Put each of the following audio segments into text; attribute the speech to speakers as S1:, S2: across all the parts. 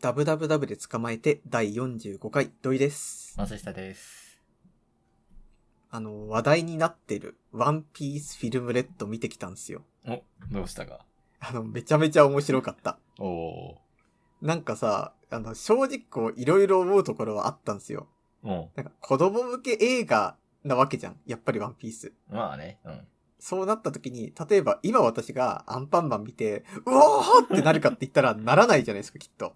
S1: ダブダブダブで捕まえて第45回土井です。
S2: 松下です。
S1: あの、話題になってるワンピースフィルムレッド見てきたんですよ。
S2: お、どうしたか
S1: あの、めちゃめちゃ面白かった。
S2: おお
S1: なんかさ、あの、正直こう、いろいろ思うところはあったんですよ。
S2: ー。うん。
S1: なんか、子供向け映画なわけじゃん。やっぱりワンピース。
S2: まあね。うん。
S1: そうなった時に、例えば今私がアンパンマン見て、うおーってなるかって言ったらならないじゃないですか、きっと。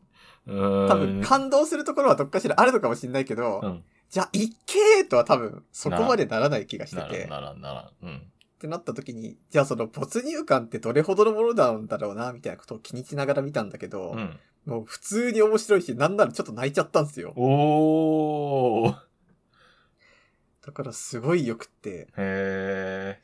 S1: 多
S2: 多
S1: 分、感動するところはどっかしらあるのかもしれないけど、
S2: うん。
S1: じゃあ、いっけーとは多分、そこまでならない気がして
S2: なら
S1: て
S2: ん、。ならん、ならん。うん。
S1: ってなった時に、じゃあその没入感ってどれほどのものなんだろうな、みたいなことを気にしながら見たんだけど、
S2: うん。
S1: もう普通に面白いし、なんならちょっと泣いちゃったんですよ。
S2: おお。
S1: だからすごい良くって、
S2: へえ。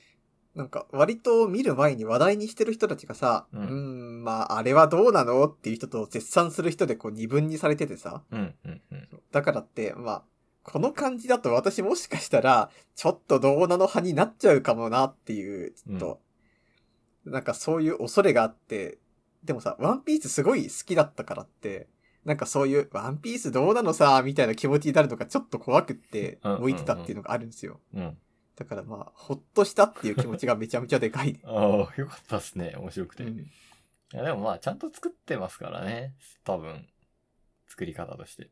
S1: なんか割と見る前に話題にしてる人たちがさ、う
S2: う
S1: ー
S2: ん
S1: ん、んまああれはどうなのっていう人と絶賛する人でこう二分にされててさ、
S2: うん、うん、うん。
S1: だからって、まあ、この感じだと私もしかしたら、ちょっとどうなの派になっちゃうかもなっていう、ちょっと、なんかそういう恐れがあって、でもさ、ワンピースすごい好きだったからって、なんかそういう、ワンピースどうなのさ、みたいな気持ちになるのがちょっと怖くって、
S2: うん
S1: 向いてたっていうのがあるんですよ。
S2: うん。。
S1: だからまあ、ほっとしたっていう気持ちがめちゃめちゃでかい
S2: ああ、よかったっすね。面白く
S1: う
S2: て。い
S1: ん、
S2: や、でもまあ、ちゃんと作ってますからね。多分。作り方として。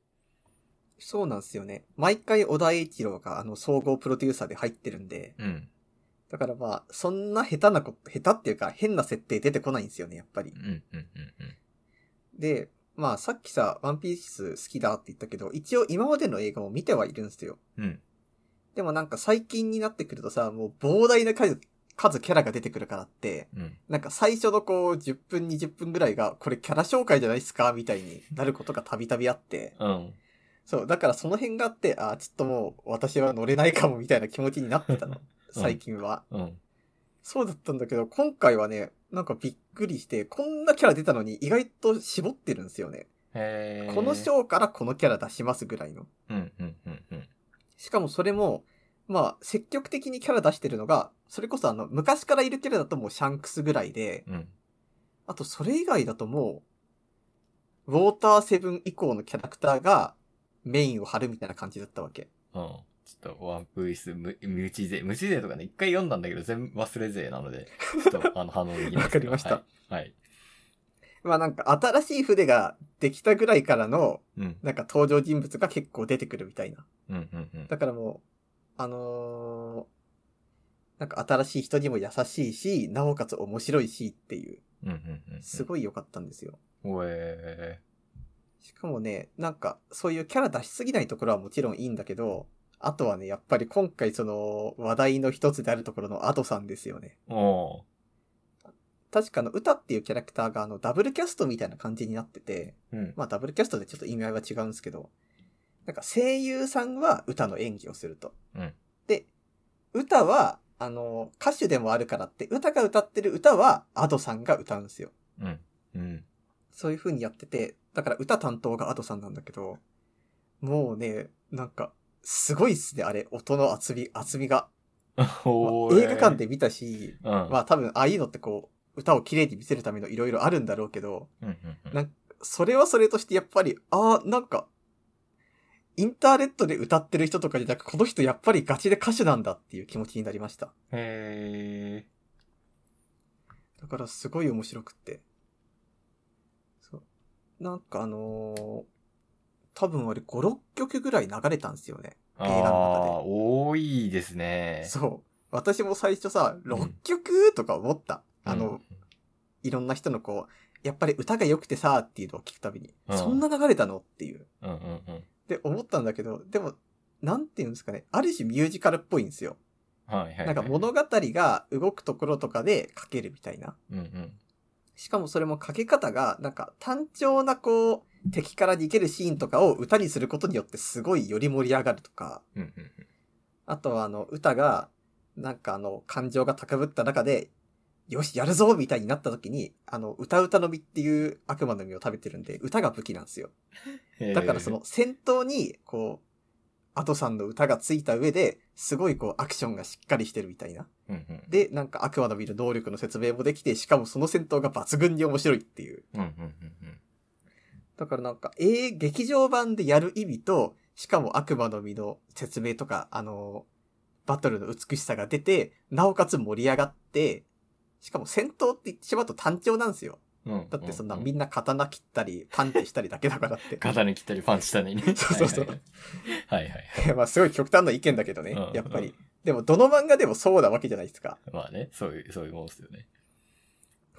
S1: そうなんですよね。毎回小田栄一郎があの総合プロデューサーで入ってるんで、
S2: うん。
S1: だからまあ、そんな下手なこと、下手っていうか変な設定出てこないんですよね、やっぱり
S2: う。ん、うん、
S1: で、まあさっきさ、ワンピース好きだって言ったけど、一応今までの映画も見てはいるんですよ。
S2: うん、うん。うん。
S1: でもなんか最近になってくるとさ、もう膨大な数、数キャラが出てくるからって、
S2: うん。
S1: なんか最初のこう、10分、20分ぐらいが、これキャラ紹介じゃないですかみたいになることがたびたびあって、
S2: うん。
S1: そう、だからその辺があって、あーちょっともう私は乗れないかもみたいな気持ちになって たの、最近は。
S2: うん。
S1: そうだったんだけど、今回はね、なんかびっくりして、こんなキャラ出たのに意外と絞ってるんですよね。
S2: へえ。
S1: この章からこのキャラ出しますぐらいの。
S2: うん、うん、うん、うん。
S1: しかもそれも、まあ、積極的にキャラ出してるのが、それこそあの、昔からいるキャラだともうシャンクスぐらいで、
S2: うん。
S1: あとそれ以外だともう、ウォーターセブン以降のキャラクターがメインを張るみたいな感じだったわけ。
S2: うん。ちょっと、ワンプイス、む、無知勢。無知勢とかね、一回読んだんだけど、全部忘れ勢なので、ちょ っと、あの、反応できないですけど
S1: わかりました
S2: はい。はい
S1: まあなんか新しい筆ができたぐらいからの、
S2: うん。
S1: なんか登場人物が結構出てくるみたいな。
S2: うん、うん、うん。
S1: だからもう、あのーなんか新しい人にも優しいし、なおかつ面白いしっていう、
S2: うん、うん、うん。
S1: すごい良かったんですよ。
S2: おえ
S1: しかもね、なんかそういうキャラ出しすぎないところはもちろんいいんだけど、あとはね、やっぱり今回その話題の一つであるところのアドさんですよね。
S2: ー。お
S1: 確かあの歌っていうキャラクターがあのダブルキャストみたいな感じになってて、
S2: ー。うん。
S1: まあダブルキャストでちょっと意味合いは違うんですけど、なんか声優さんは歌の演技をすると。
S2: うん
S1: で、歌は、あの、歌手でもあるからって、歌が歌ってる歌は Ado さんが歌うんですよ。
S2: うん。うん。
S1: そういう風にやってて、だから歌担当が Ado さんなんだけど、もうね、なんか、すごいっすね、あれ、音の厚み、厚みが。まあ
S2: おー。
S1: 映画館。で見たし、
S2: うん。
S1: まあ多分、ああいうのってこう、歌を綺麗に見せるためのいろいろあるんだろうけど、
S2: うん、うん、うん。
S1: なんそれはそれとしてやっぱり、ああ、なんか、インターネットで歌ってる人とかじゃなく、この人やっぱりガチで歌手なんだっていう気持ちになりました。
S2: へ
S1: だからすごい面白くって。そう。なんかあのー多分あれ5、6曲ぐらい流れたんですよね。
S2: ー。
S1: 映画の中で
S2: あー、多いですね。
S1: そう。私も最初さ、
S2: ん
S1: 6曲とか思った。あの、
S2: うん、
S1: いろんな人のこう、やっぱり歌が良くてさ、っていうのを聞くたびに、
S2: うん
S1: そんな流れたのっていう。
S2: うん、うん、うん。
S1: って思ったんだけど、でも、なんていうんですかね、ある種ミュージカルっぽいんですよ。
S2: はい、はいはい。
S1: なんか物語が動くところとかで書けるみたいな。
S2: うん、うん。
S1: しかもそれも書け方が、なんか単調なこう、敵から逃げるシーンとかを歌にすることによってすごいより盛り上がるとか、
S2: うん、うん。
S1: あとはあの、歌が、なんかあの、感情が高ぶった中で、よし、やるぞみたいになった時に、あの、歌歌の実っていう悪魔の実を食べてるんで、歌が武器なんですよ。
S2: へー
S1: だからそ、の先頭に、こう、アトさんの歌がついた上で、すごいこうアクションがしっかりしてるみたいな。
S2: うん、うん。
S1: で、なんか悪魔の見る能力の説明もできて、しかもその戦闘が抜群に面白いっていう。
S2: うん、うん、うん、うん。
S1: だからなんか、えー、劇場版でやる意味と、しかも悪魔の実の説明とか、あのーバトルの美しさが出て、なおかつ盛り上がって、しかも戦闘って言ってしまうと単調なんですよ。
S2: うん。
S1: だってそんな
S2: う
S1: みんな刀切ったり、パンってしたりだけだからっ て。
S2: 肩に切ったりパンチしたりね。
S1: そうそうそう
S2: はいはいはい。はいはい
S1: まあすごい極端な意見だけどね
S2: うん、
S1: やっぱ
S2: うん
S1: り。でもどの漫画でもそうなわけじゃないですか。
S2: まあね、そういう、そういうもんですよね。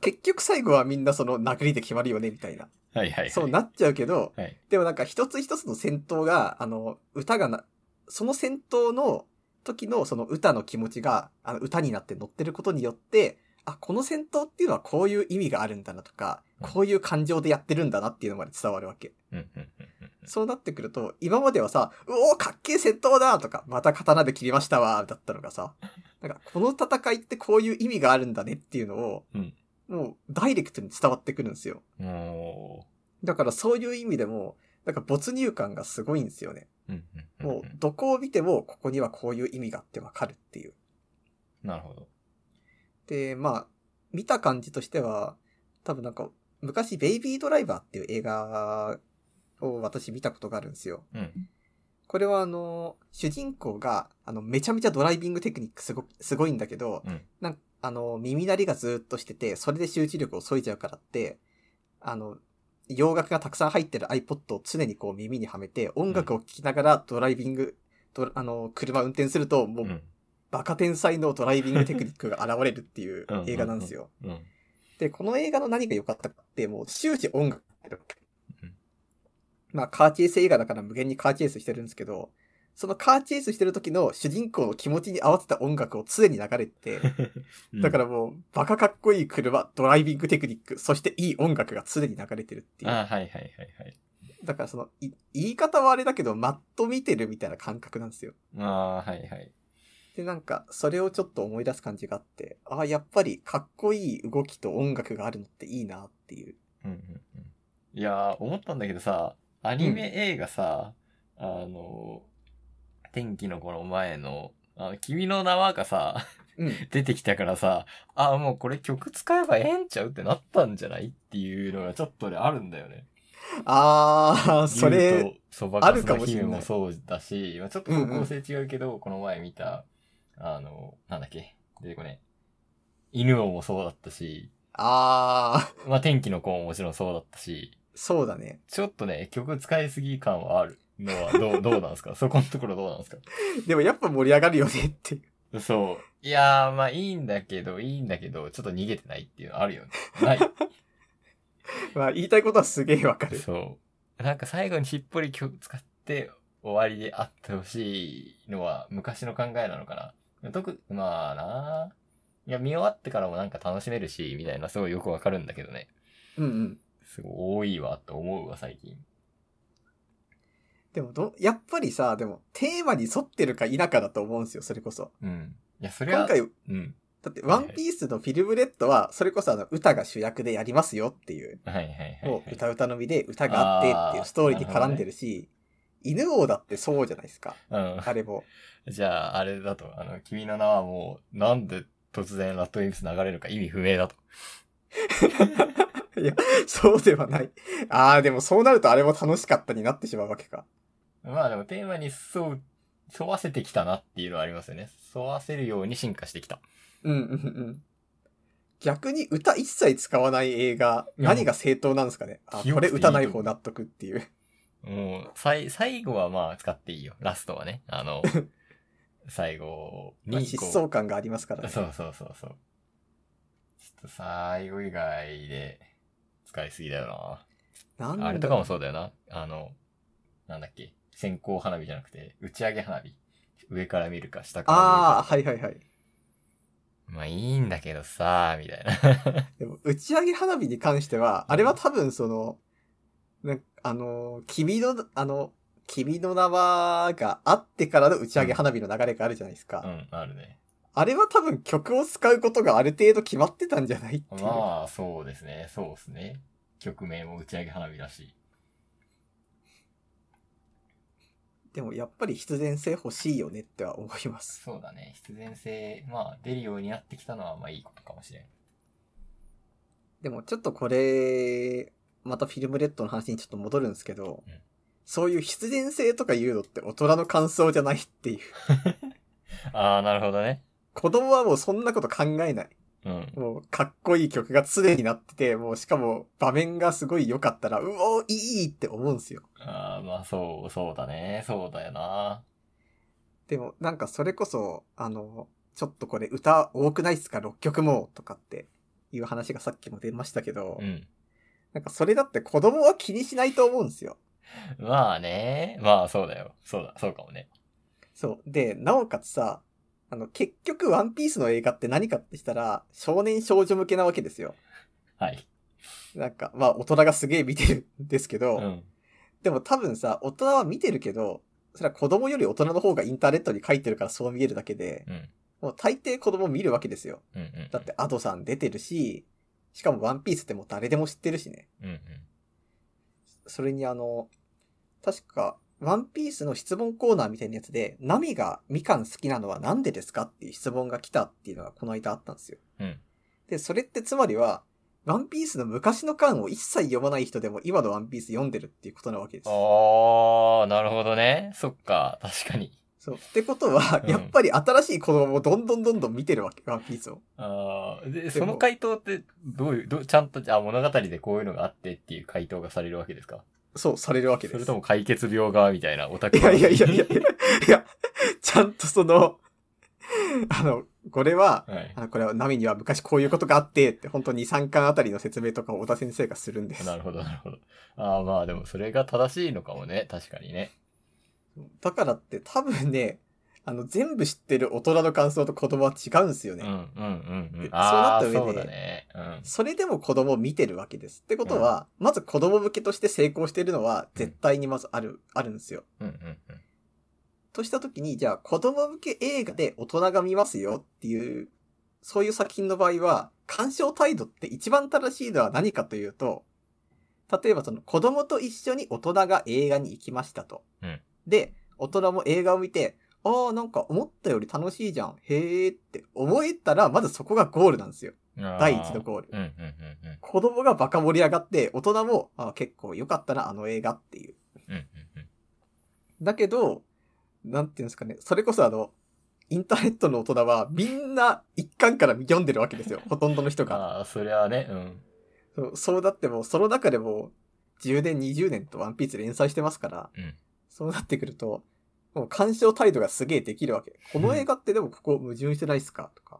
S1: 結局最後はみんなその殴りで決まるよね、みたいな。
S2: はいはいはい。
S1: そうなっちゃうけど、
S2: はい。
S1: でもなんか一つ一つの戦闘が、あの、歌がな、その戦闘の時のその歌の気持ちが、あの、歌になって乗ってることによって、あ、この戦闘っていうのはこういう意味があるんだなとか、こういう感情でやってるんだなっていうのまで伝わるわけ。
S2: うんうんうんうん。
S1: そうなってくると、今まではさ、うおーかっけえ戦闘だとか、また刀で切りましたわだったのがさ、なんかこの戦いってこういう意味があるんだねっていうのを、
S2: うん
S1: もうダイレクトに伝わってくるんですよ。
S2: も
S1: だからそういう意味でも、なんか没入感がすごいんですよね。
S2: う、うんうんうんうん
S1: もうどこを見てもここにはこういう意味があってわかるっていう。
S2: なるほど。
S1: で、まあ、見た感じとしては、多分なんか昔ベイビードライバーっていう映画を私見たことがあるんですよ。
S2: うん。
S1: これはあの、主人公が、あの、めちゃめちゃドライビングテクニックすご、すごいんだけど、
S2: うん
S1: なんか、あの、耳鳴りがずーっとしてて、それで集中力を削いちゃうからって、あの、洋楽がたくさん入ってる iPod を常にこう耳にはめて、音楽を聴きながらドライビング、ドラあの、車運転すると、も
S2: う
S1: う、
S2: ん。
S1: バカ天才のドライビングテクニックが現れるっていう
S2: うん
S1: 映画なんですよ。
S2: うん。
S1: で、この映画の何が良かったかって、もう終始音楽やってる
S2: うん
S1: まあ、カーチェイス映画だから無限にカーチェイスしてるんですけど、そのカーチェイスしてる時の主人公の気持ちに合わせた音楽を常に流れてて、
S2: うん
S1: だからもう、バカかっこいい車、ドライビングテクニック、そしていい音楽が常に流れてるっていう。
S2: あはいはいはいはい。
S1: だからその、い言い方はあれだけど、マット見てるみたいな感覚なんですよ。
S2: ああ、はいはい。
S1: で、なんか、それをちょっと思い出す感じがあって、ああ、やっぱりかっこいい動きと音楽があるのっていいなっていう。
S2: うんうんうん。いやー、思ったんだけどさ、アニメ映画さ、あの、天気のこの前の、あの、君の名はがさ、
S1: うん。
S2: 出てきたからさ、あーもうこれ曲使えばええんちゃうってなったんじゃないっていうのがちょっとね、あるんだよね。
S1: ああ、そ
S2: 竜
S1: れ、
S2: とそばかす
S1: あるか
S2: の
S1: もし
S2: 姫
S1: れない
S2: もそうだし、まあちょっと方向性違うけど、この前見た、あの、なんだっけ、で、これ、犬王もそうだったし、
S1: ああ、
S2: まあ、天気の子ももちろんそうだったし、
S1: そうだね。
S2: ちょっとね、曲使いすぎ感はあるのは どう、どうなんですかそこのところどうなんですか
S1: でもやっぱ盛り上がるよねっていう。
S2: そう。いやー、まあいいんだけど、いいんだけど、ちょっと逃げてないっていうのあるよね。ない。
S1: まあ、言いたいことはすげえわかる。
S2: そう。なんか最後にしっぽり曲使って終わりであってほしいのは昔の考えなのかな。特、まあなーいや、見終わってからもなんか楽しめるし、みたいな、すごいよくわかるんだけどね。
S1: うんうん。
S2: すごい多いわ、と思うわ、最近。
S1: でもど、やっぱりさ、でも、テーマに沿ってるか否かだと思うんですよ、それこそ。
S2: うん。いや、それは、
S1: 今回、だ
S2: うん。
S1: って、ワンピースのフィルムレッドは、それこそあの、歌が主役でやりますよっていう。
S2: はいはいはい、はい。
S1: もう歌うたのみで歌があってっていうストーリーに絡んでるし、犬王だってそうじゃないですか。
S2: う
S1: あれも。
S2: ん。 じゃあ、あれだと、あの、君の名はもう、なんで突然ラットウィンプス流れるか意味不明だと。
S1: そうではない。ああ、でもそうなるとあれも楽しかったになってしまうわけか。
S2: まあでもテーマに沿う、沿わせてきたなっていうのはありますよね。沿わせるように進化してきた。
S1: うんうんうん。逆に歌一切使わない映画、
S2: いや
S1: 何が正当なんですかね。あ、
S2: 清
S1: こ
S2: く
S1: れ
S2: ていいと
S1: 歌ない方納得っていう。
S2: もう、最、最後はまあ使っていいよ。ラストはね。あの、最後
S1: まあ
S2: に
S1: 疾
S2: こう
S1: 走感がありますからね。
S2: そうそうそうそう。ちょっと最後以外で使いすぎだよな。
S1: なんだ
S2: あれとかもそうだよな。あの、なんだっけ。線香花火じゃなくて、打ち上げ花火。上から見るか、下から見る
S1: ああ、
S2: か。
S1: はいはいはい。
S2: まあいいんだけどさ、みたい な。
S1: でも、打ち上げ花火に関しては、あれは多分その、なんかあのー、君の、あの、君の名はがあってからの打ち上げ花火の流れがあるじゃないですか。
S2: うん、あるね。
S1: あれは多分曲を使うことがある程度決まってたんじゃないっていう。
S2: まあ、そうですね。そうですね。曲名も打ち上げ花火だし。
S1: でもやっぱり必然性欲しいよねっては思います。
S2: そうだね。必然性、まあ、出るようになってきたのは、まあいいことかもしれん。
S1: でもちょっとこれ、またフィルムレッドの話にちょっと戻るんですけど、
S2: うん
S1: そういう必然性とか言うのって大人の感想じゃないっていう。
S2: ああ、なるほどね。
S1: 子供はもうそんなこと考えない。
S2: うん。
S1: もうかっこいい曲が常になってて、もうしかも場面がすごい良かったら、うおーいいって思うんですよ。
S2: ああ、まあそう、そうだね。そうだよな。
S1: でもなんかそれこそ、あの、ちょっとこれ歌多くないっすか ?6 曲もとかっていう話がさっきも出ましたけど、
S2: うん。
S1: なんかそれだって子供は気にしないと思うんですよ。
S2: まあね。まあそうだよ。そうだ、そうかもね。
S1: そう。で、なおかつさ、あの、結局ワンピースの映画って何かってしたら、少年少女向けなわけですよ。
S2: はい。
S1: なんか、まあ大人がすげえ見てるんですけど、
S2: うん。
S1: でも多分さ、大人は見てるけど、それは子供より大人の方がインターネットに書いてるからそう見えるだけで、
S2: うん。
S1: もう大抵子供見るわけですよ。
S2: うん。うん。
S1: だっ。てアドさん出てるし、しかもワンピースってもう誰でも知ってるしね。
S2: うん。うん。
S1: それにあの、確か、ワンピースの質問コーナーみたいなやつで、ナミがみかん好きなのはなんでですかっていう質問が来たっていうのがこの間あったんですよ。
S2: うん
S1: で、それってつまりは、ワンピースの昔の巻を一切読まない人でも今のワンピース読んでるっていうことなわけです。
S2: ああ、なるほどね。そっか。確かに。
S1: そう。ってことは、
S2: うん
S1: やっぱり新しい子供もどんどんどんどん見てるわけ、ワンピースを。
S2: ああ、で、その回答って、どういう、どうちゃんと、あ、物語でこういうのがあってっていう回答がされるわけですか
S1: そう、されるわけ
S2: そ
S1: で
S2: れ
S1: す。
S2: とも解決病側みたいなオタク
S1: いやいやいやいやい
S2: や。
S1: や、いや、ちゃんとその、あの、これは、
S2: はい
S1: あ。の、これは、ナミには昔こういうことがあって、って、本当に3巻あたりの説明とかを小田先生がするんです
S2: な。るほど、なるほど。ああ、まあでもそれが正しいのかもね。確かにね。
S1: だからって多分ね、あの、全部知ってる大人の感想と子供は違うんですよ
S2: う
S1: ね。
S2: ん、うん、うんう
S1: で
S2: ん。ああ、
S1: そうなった
S2: そ
S1: 上で
S2: うだね。うん。
S1: それでも子供を見てるわけです。ってことは、まず子供向けとして成功してるのは、絶対にまずある、あるんですよ。
S2: うん、うん、うん。
S1: とした時に、じゃあ子供向け映画で大人が見ますよっていう、そういう作品の場合は、鑑賞態度って一番正しいのは何かというと、例えばその子供と一緒に大人が映画に行きましたと。
S2: うん
S1: で、大人も映画を見て、ああ、なんか思ったより楽しいじゃん。へえって思えたら、まずそこがゴールなんですよ。第一のゴール。
S2: うん、うん、うん、うん。
S1: 子供がバカ盛り上がって、大人も、あー結構良かったな、あの映画っていう。
S2: うん、うん、
S1: だけど、なんていうんですかね、それこそあの、インターネットの大人はみんな一巻から読んでるわけですよ。ほとんどの人
S2: うん。
S1: が。
S2: ああ、そりゃあね、うん。
S1: そうそうだってもう、その中でも10年、20年とワンピース連載してますから、
S2: うん
S1: そうなってくると、もう鑑賞態度がすげえできるわけ。この映画ってでもここ矛盾してないっすかとか。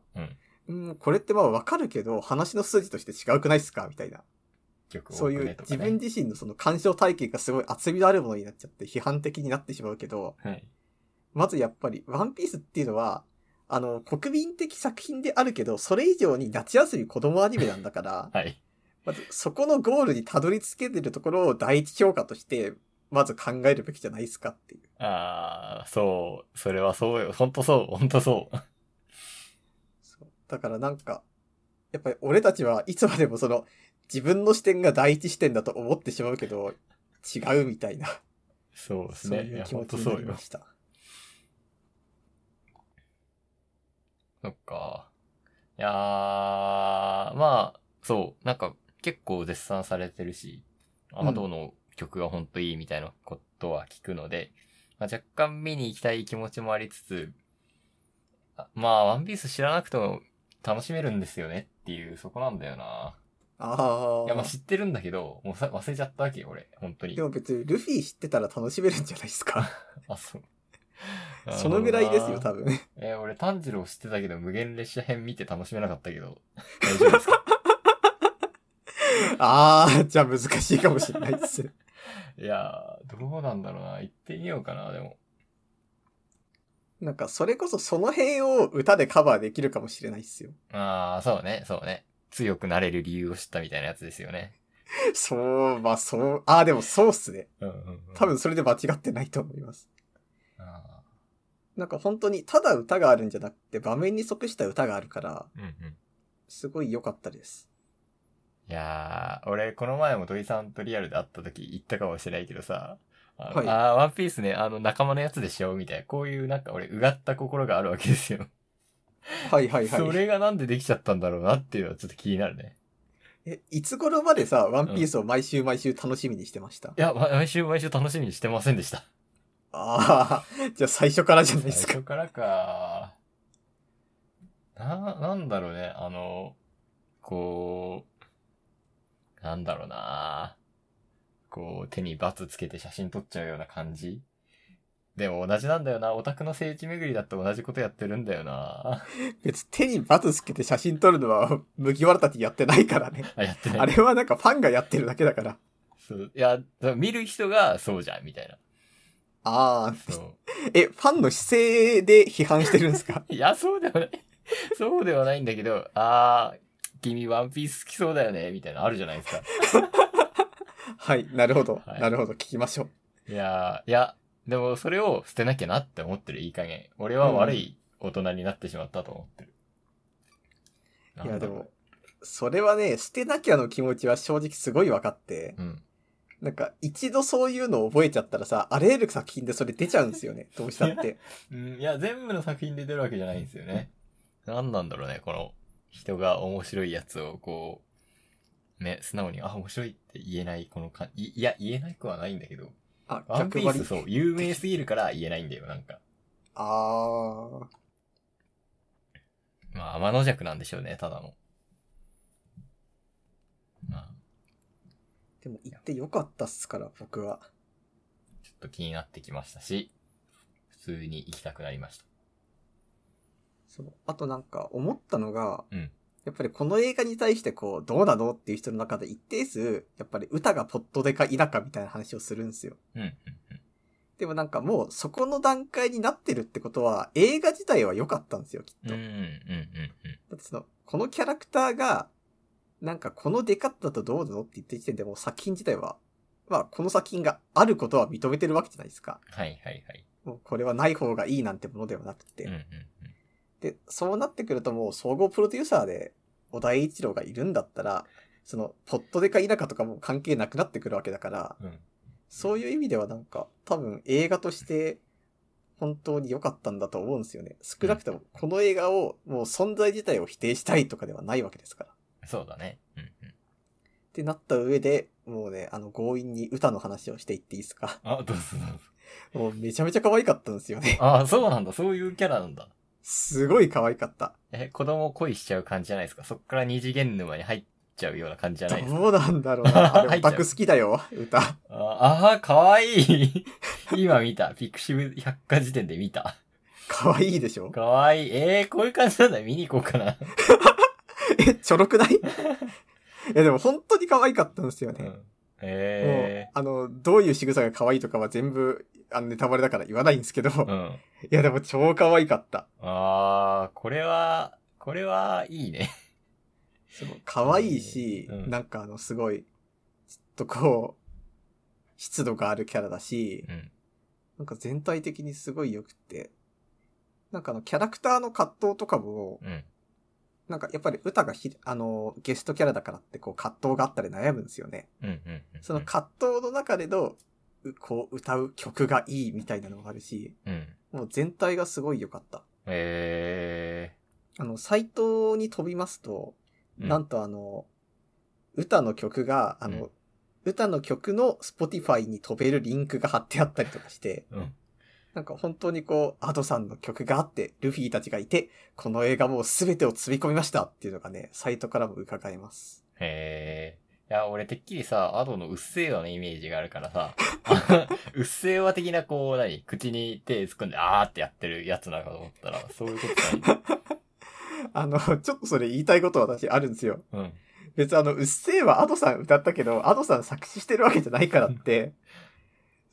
S1: うん、これってまあわかるけど、話の筋として違うくないっすかみたいな。
S2: 曲
S1: そういう自分自身のその鑑賞体系がすごい厚みのあるものになっちゃって批判的になってしまうけど、
S2: はい。
S1: まずやっぱり、ワンピースっていうのは、あの、国民的作品であるけど、それ以上に夏休み子供アニメなんだ から、
S2: はい。
S1: まずそこのゴールにたどり着けてるところを第一評価として、まず考えるべきじゃないですかっていう。
S2: ああ、そう。それはそうよ。ほんとそう。ほんとそう。
S1: そうだからなんか、やっぱり俺たちはいつまでもその、自分の視点が第一視点だと思ってしまうけど、違うみたいな、
S2: そうです
S1: そう
S2: ね。い
S1: いう
S2: や、
S1: 気
S2: ほ
S1: 持
S2: ん
S1: ち
S2: と
S1: にな
S2: そう
S1: り
S2: よ
S1: ま。した。
S2: そっか。いやー、まあ、そう。なんか、結構絶賛されてるし、
S1: うん
S2: アドの曲がほんといいみたいなことは聞くので、まあ、若干見に行きたい気持ちもありつつ、あまあ、ワンピース知らなくても楽しめるんですよねっていう、そこなんだよな。
S1: あ
S2: いや、まあ知
S1: あ。
S2: ってるんだけど、もうさ忘れちゃったわけよ、俺。本当に
S1: で。も別にルフィ知ってたら楽しめるんじゃないです か。
S2: あ、そう。
S1: そのぐらいですよ、
S2: 分。
S1: 多分。
S2: えー俺、炭治郎知ってたけど、無限列車編見て楽しめなかった けど、大丈夫ですか
S1: あー、じゃあ難しいかもしれないです。
S2: いやー、どうなんだろうな。行ってみようかな、でも。
S1: なんか、それこそその辺を歌でカバーできるかもしれないっすよ。
S2: ああ、そうね、そうね。強くなれる理由を知ったみたいなやつですよね。
S1: そう、まあそう、あーでもそうっすね。
S2: うんうん、うん。
S1: 多分それで間違ってないと思います。
S2: あ
S1: なんか本当に、ただ歌があるんじゃなくて、場面に即した歌があるから、
S2: ー。うんうん。
S1: すごい良かったです。
S2: いやー、俺、この前も土井さんとリアルで会った時言ったかもしれないけどさ、あの、
S1: はい
S2: あーワンピースね、あの、仲間のやつでしょみたいな。こういう、なんか俺、うがった心があるわけですよ。
S1: はいはいはい。
S2: それがなんでできちゃったんだろうなっていうのはちょっと気になるね。
S1: え、いつ頃までさ、ワンピースを毎週毎週楽しみにしてました、
S2: いや、ま毎週毎週楽しみにしてませんでした。
S1: ああ、じゃあ最初からじゃない
S2: 最
S1: ですか
S2: 初。からか。な、なんだろうね、あの、こう、なんだろうな。こう、手にバツつけて写真撮っちゃうような感じ。でも同じなんだよな。オタクの聖地巡りだって同じことやってるんだよな。
S1: 別に手にバツつけて写真撮るのは麦わらたちやってないからね。
S2: あ、やってない。
S1: あれはなんかファンがやってるだけだから。
S2: そういや、見る人がそうじゃん、みたいな。
S1: ああ、
S2: そう。
S1: え、ファンの姿勢で批判してるんです か
S2: いや、そうではない。そうではないんだけど、あー、君ワンピース好きそうだよね、みたいなのあるじゃないですか。
S1: はい、なるほど、
S2: はい
S1: なるほど、聞きましょう。
S2: いやー、いや、でもそれを捨てなきゃなって思ってる、いい加減。俺は悪い大人になってしまったと思ってる。
S1: い
S2: な
S1: や、
S2: んだ
S1: で
S2: ろ
S1: も、それはね、捨てなきゃの気持ちは正直すごい分かって、
S2: う。うん。
S1: なんか一度そういうのを覚えちゃったらさ、あらゆる作品でそれ出ちゃうんです よね、どうしたって。
S2: うん、いや、全部の作品で出るわけじゃないんですよね。なんなんだろうね、この、人が面白いやつを、こう、ね、素直に、あ、面白いって言えない、このか、いいや、言えなくはないんだけど、
S1: あ、
S2: ワン
S1: 逆
S2: ピ
S1: 張
S2: ー
S1: り
S2: ス。そう、有名すぎるから言えないんだよ、なんか。
S1: ああ。
S2: まあ、天の弱なんでしょうね、ただの。まあ、
S1: でも行ってよかったっすから、僕は。
S2: ちょっと気になってきましたし、普通に行きたくなりました。
S1: そう。あとなんか思ったのが、
S2: うん
S1: やっぱりこの映画に対してこう、どうなのっていう人の中で一定数、やっぱり歌がポットでか否かみたいな話をするんですよ。
S2: うん、うん、
S1: でもなんかもうそこの段階になってるってことは、映画自体は良かったんですよ、きっ
S2: うん。
S1: と。
S2: うん、うん、
S1: だってその、このキャラクターが、なんかこの出方だとどうなのって言ってきてでも作品自体は、まあこの作品があることは認めてるわけじゃないですか。
S2: はい、はい、はい。
S1: もうこれはない方がいいなんてものではなくて。
S2: うん、うん、うん。
S1: で、そうなってくるともう総合プロデューサーで小田栄一郎がいるんだったら、その、ポットでか否かとかも関係なくなってくるわけだから、
S2: うん、
S1: そういう意味ではなんか、多分映画として本当に良かったんだと思うんですよね。少なくともこの映画をもう存在自体を否定したいとかではないわけですから。っ
S2: そうだね。うん、うん。
S1: てなった上で、もうね、あの強引に歌の話をしていっていいですか。
S2: あ、どうぞどうぞ。
S1: もうめちゃめちゃ可愛かったんですよね。
S2: あ、そうなんだ。そういうキャラなんだ。
S1: すごい可愛かった。
S2: え、子供恋しちゃう感じじゃないですか。そっから二次元沼に入っちゃうような感じじゃないですか。
S1: どうなんだろうな。あ
S2: 入
S1: れ
S2: っ
S1: オ
S2: ちゃ
S1: タ
S2: う
S1: ク好きだよ、歌。
S2: ああー、かわいい。 今見た。ピクシブ百科事典で見た。
S1: 可愛いでしょ
S2: かわいい。えー、こういう感じなんだ。見に行こうかな。
S1: え、ちょろくない いや、でも本当に可愛かったんですよ
S2: う
S1: ね。
S2: ん、
S1: も
S2: え
S1: う、あの、どういう仕草が可愛いとかは全部、あの、ネタバレだから言わ ないんですけど、
S2: ー。うん。
S1: いや、でも超可愛かった。
S2: あー、これは、これはいいね。
S1: その可愛いし、
S2: うん
S1: なんかあの、すごい、ちょっとこう、湿度があるキャラだし、
S2: うん。
S1: なんか全体的にすごい良くて、なんかあの、キャラクターの葛藤とかも、
S2: うん。
S1: なんかやっぱり歌がひ、あの、ゲストキャラだからってこう、葛藤があったり悩むんですよね。
S2: うん。うん。うん
S1: その、葛藤の中での、うこう、歌う曲がいいみたいなのもあるし、
S2: うん。
S1: もう全体がすごい良かった。
S2: え
S1: あの、サイトに飛びますと、
S2: ー。
S1: なんとあの、歌の曲が、あの、
S2: う
S1: 歌の曲の Spotify に飛べるリンクが貼ってあったりとかして、
S2: うん。
S1: なんか本当にこう、アドさんの曲があって、ルフィたちがいて、この映画もう全てを積み込みましたっていうのがね、サイトからも伺えます。
S2: えー。いや、俺てっきりさ、アドのうっせぇわのイメージがあるから さ、うっせぇわ的なこう、何口に手突っ込んで、あーってやってるやつなのかと思ったら、そういうことじゃ ない。
S1: あの、ちょっとそれ言いたいこと私あるんですよ。
S2: うん。
S1: 別にあの、うっせぇはアドさん歌ったけど、アドさん作詞してるわけじゃないからって。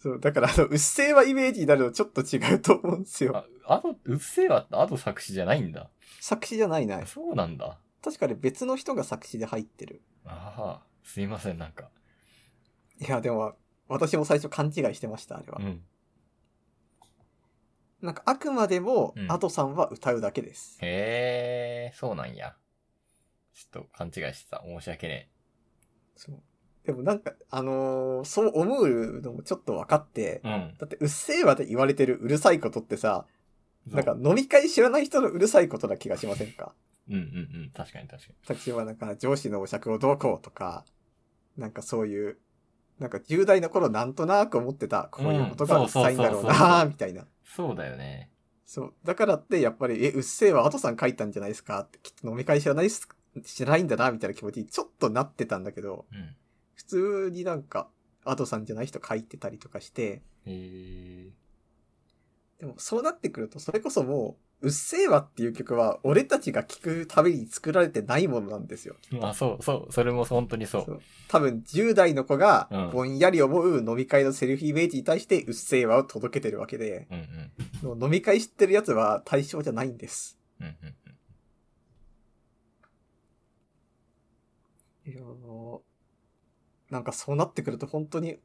S1: そう、だからあの、うっせぇはイメージになるのちょっと違うと思うんですよ。
S2: あ、アド、うっせぇわってアド作詞じゃないんだ。
S1: 作詞じゃないな。
S2: そうなんだ。
S1: 確かに別の人が作詞で入ってる。
S2: ああ、すいません、なんか。
S1: いや、でも、私も最初勘違いしてました、あれは。
S2: うん。
S1: なんか、あくまでも
S2: う、ん
S1: アドさんは歌うだけです。
S2: へえ、そうなんや。ちょっと勘違いしてた。申し訳ね
S1: そうでもなんか、あのーそう思うのもちょっと分かって、
S2: え。うん。
S1: だって、うっせぇわで言われてるうるさいことってさ、なんか
S2: そう、
S1: 飲み会知らない人のうるさいことな気がしませんか
S2: うんうんうん。確かに確か
S1: 例えばなんか上司のお釈をどうこうとか、なんかそういう、なんか10代の頃なんとなく思ってた、こういうことがうっさいんだろう
S2: うんそうそうそう
S1: な
S2: そ
S1: ー
S2: う
S1: みたいな。
S2: に。そうだよね。
S1: そう。だからって、やっぱり、え、うっせえはアトさん書いたんじゃないですかって、きっと飲み会知らないっす、知らないんだな、みたいな気持ちにちょっとなってたんだけど、
S2: うん。
S1: 普通になんか、アトさんじゃない人書いてたりとかして、
S2: え
S1: でもそうなってくると、それこそもう、うっせえわっていう曲は、俺たちが聴くために作られてないものなんですよ。
S2: ー。あ、そうそう。それも本当にそう。
S1: そう多分、10代の子が
S2: う、ん
S1: ぼんやり思う飲み会のセルフイメージに対して、うっせえわを届けてるわけで、
S2: うんうん。
S1: 飲み会知ってるやつは対象じゃないんです。
S2: うんうん
S1: いやーなんかそうなってくると本当に、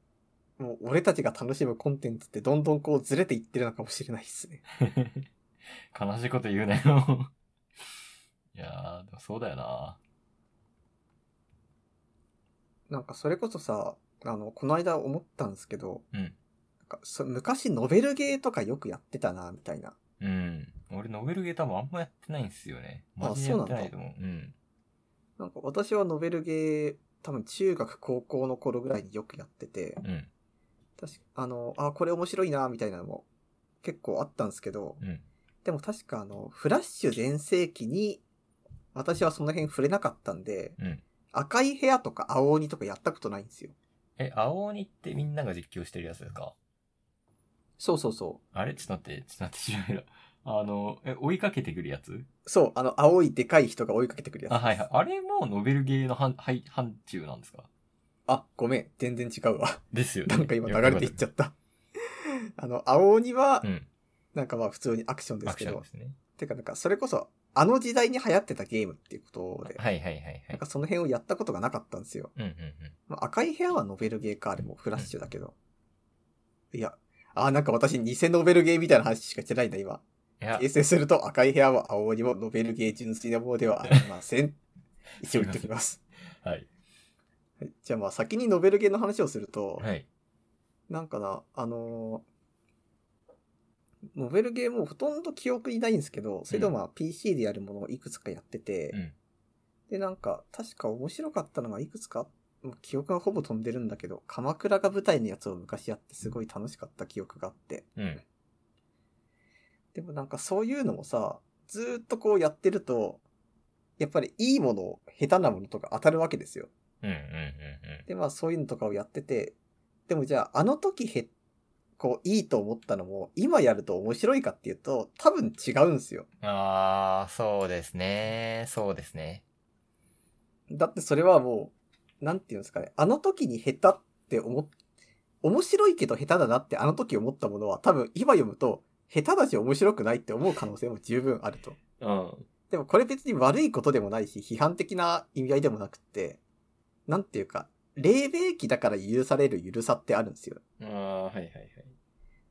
S1: もう俺たちが楽しむコンテンツってどんどんこうずれていってるのかもしれないですね。
S2: うん。悲しいこと言うなよ。 いやー、でもそうだよな。
S1: なんかそれこそさ、あの、この間思ったんですけど、
S2: うん。
S1: なんかそ昔ノベルゲーとかよくやってたな、みたいな。
S2: うん。俺、ノベルゲー多分あんまやってないんですよね。マジでやってないと思う。うん。
S1: なんか私はノベルゲー、多分中学高校の頃ぐらいによくやってて、
S2: うん。
S1: 確か、あの、あ、これ面白いな、みたいなのも結構あったんですけど、
S2: うん。
S1: でも確かあの、フラッシュ全盛期に、私はその辺触れなかったんで、
S2: うん
S1: 赤い部屋とか青鬼とかやったことないんですよ。
S2: え、青鬼ってみんなが実況してるやつですか
S1: そうそうそ
S2: あれちょっと待って、ちょっと待って、 調べろ。あの、え、追いかけてくるやつ
S1: う。そう、あの、青いでかい人が追いかけてくるやつ。
S2: あ、はいはい。あれもノベルゲーの範、はい、範疇なんですか
S1: あ、ごめん、全然違う わ。
S2: ですよね。
S1: なんか今流れていっちゃ
S2: っ
S1: った。 あの、青鬼は
S2: う、ん。
S1: なんかまあ普通にアクションで
S2: ア
S1: す
S2: ク
S1: け
S2: ション
S1: ど
S2: で、すね。
S1: てかなんかそれこそ、あの時代に流行ってたゲームっていうことで、
S2: はいはいはいは
S1: なん
S2: い
S1: か。その辺をやったことがなかったんですよ。
S2: うんうん
S1: まあ、赤い部屋はノベルゲーか、あれもフラッシュだけど。いや、あー、なんか私偽ノベルゲーみたいな話しかしてないな、今。
S2: うん。いや
S1: 訂、正すると赤い部屋は青にもノベルゲー純粋なものではありません。一応言っときます。
S2: はい。
S1: はいじゃあまあ先にノベルゲーの話をすると、
S2: はい。
S1: なんかな、あのーノベルゲーもうほとんど記憶にないんですけど、それでもまあ PC でやるものをいくつかやってて、
S2: うん。
S1: で、なんか、確か面白かったのがいくつか、もう記憶がほぼ飛んでるんだけど、鎌倉が舞台のやつを昔やってすごい楽しかった記憶があって。
S2: うん。
S1: でもなんかそういうのもさ、ずーっとこうやってると、やっぱりいいもの、下手なものとか当たるわけですよ。
S2: うんうんうんうん。
S1: で、まあそういうのとかをやってて、でもじゃああの時へ、こういいと思ったのも、今やると面白いかっていうと、多分違うんですよ。
S2: あー、そうですね。そうですね。
S1: だってそれはもう、なんていうんですかね、あの時に下手って思っ、面白いけど下手だなってあの時思ったものは多分今読むと、下手だし面白くないって思う可能性も十分あると。
S2: うん。
S1: でもこれ別に悪いことでもないし、批判的な意味合いでもなくって、なんていうか、黎明期だから許される許さってあるんですよ。
S2: あー、はいはいはい。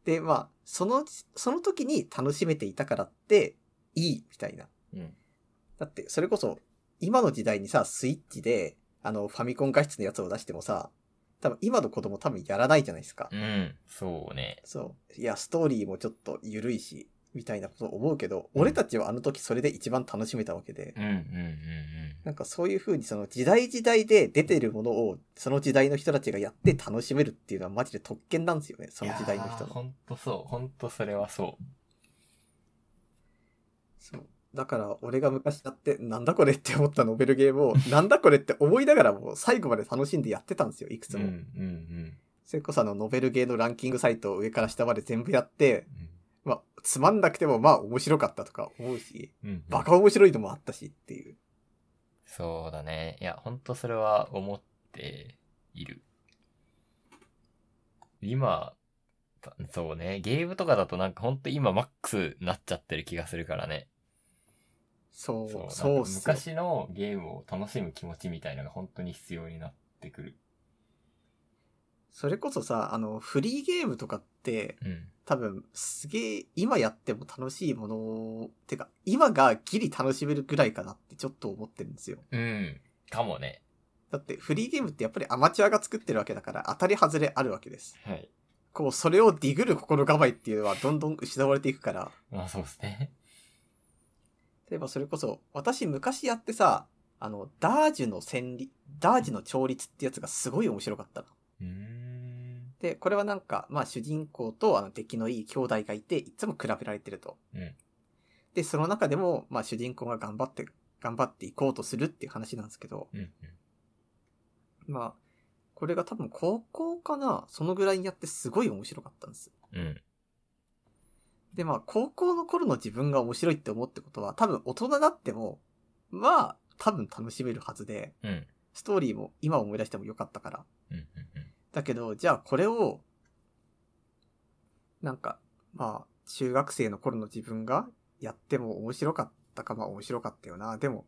S1: で、まあ、その、その時に楽しめていたからって、いい、みたいな。
S2: うん。
S1: だって、それこそ、今の時代にさ、スイッチで、あの、ファミコン画質のやつを出してもさ、多分今の子供多分やらないじゃないですか。
S2: うん。そうね。
S1: そう。いや、ストーリーもちょっと緩いし、みたいなことを思うけど、俺たちはあの時それで一番楽しめたわけで
S2: う、んうんうん
S1: なんかそういう風にその時代時代で出てるものを、その時代の人たちがやって楽しめるっていうのはマジで特権なんですよね、そ
S2: うん。
S1: の時代の人
S2: いやー
S1: の。
S2: ほんとそう。ほんとそれはそ
S1: そう。だから、俺が昔やって、なんだこれって思ったノベルゲームを、なんだこれって思いながらも、最後まで楽しんでやってたんですよ、いく
S2: う。
S1: つ
S2: うん
S1: も。
S2: うんうん
S1: それこそあの、ノベルゲーのランキングサイトを上から下まで全部やって、まあ、つまんなくても、まあ、面白かったとか思うし、
S2: うん。うん。
S1: バカ面白いのもあったしっていう。
S2: そうだね。いや、ほんとそれは思っている。今、たそうね。ゲームとかだとなんかほんと今マックスなっちゃってる気がするからね。
S1: そう、
S2: なん
S1: そう
S2: か
S1: っすよ。
S2: 昔のゲームを楽しむ気持ちみたいなのが本当に必要になってくる。
S1: それこそさ、あの、フリーゲームとかって、
S2: うん。
S1: 多分、すげえ、今やっても楽しいもの、てか、今がギリ楽しめるぐらいかなってちょっと思ってるんですよ。
S2: うん。かもね。
S1: だってフリーゲームってやっぱりアマチュアが作ってるわけだから当たり外れあるわけです。
S2: はい。
S1: こう、それをディグる心構えっていうのはどんどん失われていくから、
S2: まあそうですね。
S1: 例えばそれこそ、私昔やってさ、あの、ダージュの旋律、ダージュの調律ってやつがすごい面白かったな。
S2: うーん。
S1: で、これはなんか、まあ主人公とあの出来のいい兄弟がいて、いつも比べられてると。
S2: うん
S1: で、その中でも、まあ主人公が頑張って、頑張っていこうとするっていう話なんですけど、
S2: うん。うん
S1: まあ、これが多分高校かなそのぐらいにやってすごい面白かったんです。
S2: うん。
S1: で、まあ、高校の頃の自分が面白いって思ってことは、多分大人になっても、まあ、多分楽しめるはずで、
S2: うん。うん。
S1: ストーリーも今思い出してもよかったから。
S2: うん。
S1: だけど、じゃあこれを、なんか、まあ、中学生の頃の自分がやっても面白かったか、まあ面白かったよな。でも、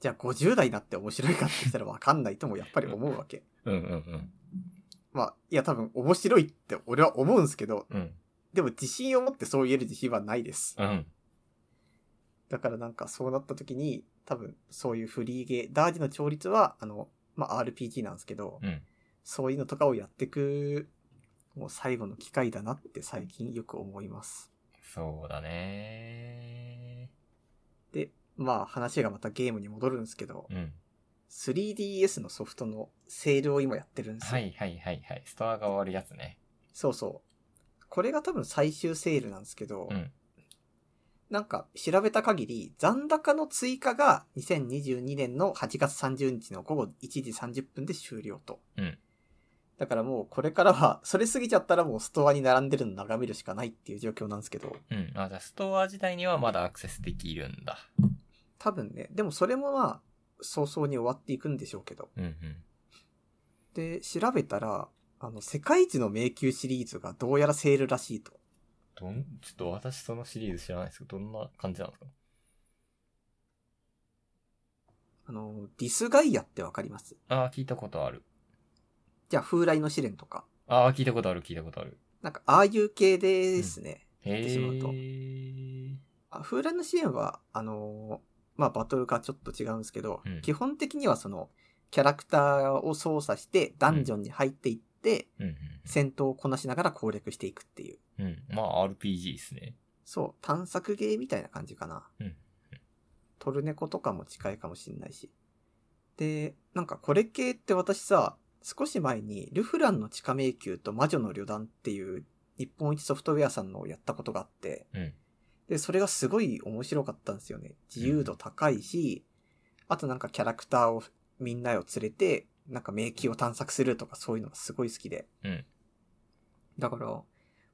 S1: じゃあ50代になって面白いかって言ったらわかんないともやっぱり思うわけ。
S2: うん。うん。うん。
S1: まあ、いや多分面白いって俺は思うんですけど、
S2: うん。
S1: でも自信を持ってそう言える自信はないです。
S2: うん。
S1: だからなんかそうなった時に、多分そういうフリーゲー、ダージの調律は、あの、まあ、RPG なんですけど、
S2: うん
S1: そういうのとかをやってく、もう最後の機会だなって最近よく思います。
S2: そうだね
S1: で、まあ話がまたゲームに戻るんですけど、
S2: ー。うん。
S1: 3DS のソフトのセールを今やってるんですよ。
S2: はいはいはいはい。ストアが終わるやつね。
S1: そうそう。これが多分最終セールなんですけど、
S2: うん
S1: なんか調べた限り残高の追加が2022年の8月30日の午後1時30分で終了と。
S2: うん
S1: だからもうこれからは、それ過ぎちゃったらもうストアに並んでるの眺めるしかないっていう状況なんですけど、
S2: うん。あ、じゃあストア自体にはまだアクセスできるんだ。
S1: 多分ね、でもそれもまあ、早々に終わっていくんでしょうけど。
S2: うんうん。
S1: で、調べたら、あの、世界一の迷宮シリーズがどうやらセールらしいと。
S2: どん、ちょっと私そのシリーズ知らないですけど、どんな感じなんですか
S1: あの、ディスガイアってわかります
S2: ああ、聞いたことある。
S1: じゃあ、風来の試練とか。
S2: ああ、聞いたことある、聞いたことある。
S1: なんか、ああいう系ですね。
S2: へ
S1: ってしまうと
S2: え。
S1: あ風来の試練は、あのーまあ、バトルがちょっと違うんですけど、
S2: うん
S1: 基本的にはその、キャラクターを操作して、ダンジョンに入っていって、
S2: うんうん
S1: 戦闘をこなしながら攻略していくっていう。
S2: うん。うん。まあ、RPG ですね。
S1: そう、探索ゲーみたいな感じかな。
S2: うん
S1: トルネコとかも近いかもしんないし。で、なんかこれ系って私さ、少し前に、ルフランの地下迷宮と魔女の旅団っていう、日本一ソフトウェアさんのをやったことがあって、
S2: うん。
S1: で、それがすごい面白かったんですよね。自由度高いし、あとなんかキャラクターを、みんなを連れて、なんか迷宮を探索するとかそういうのがすごい好きで。
S2: うん
S1: だから、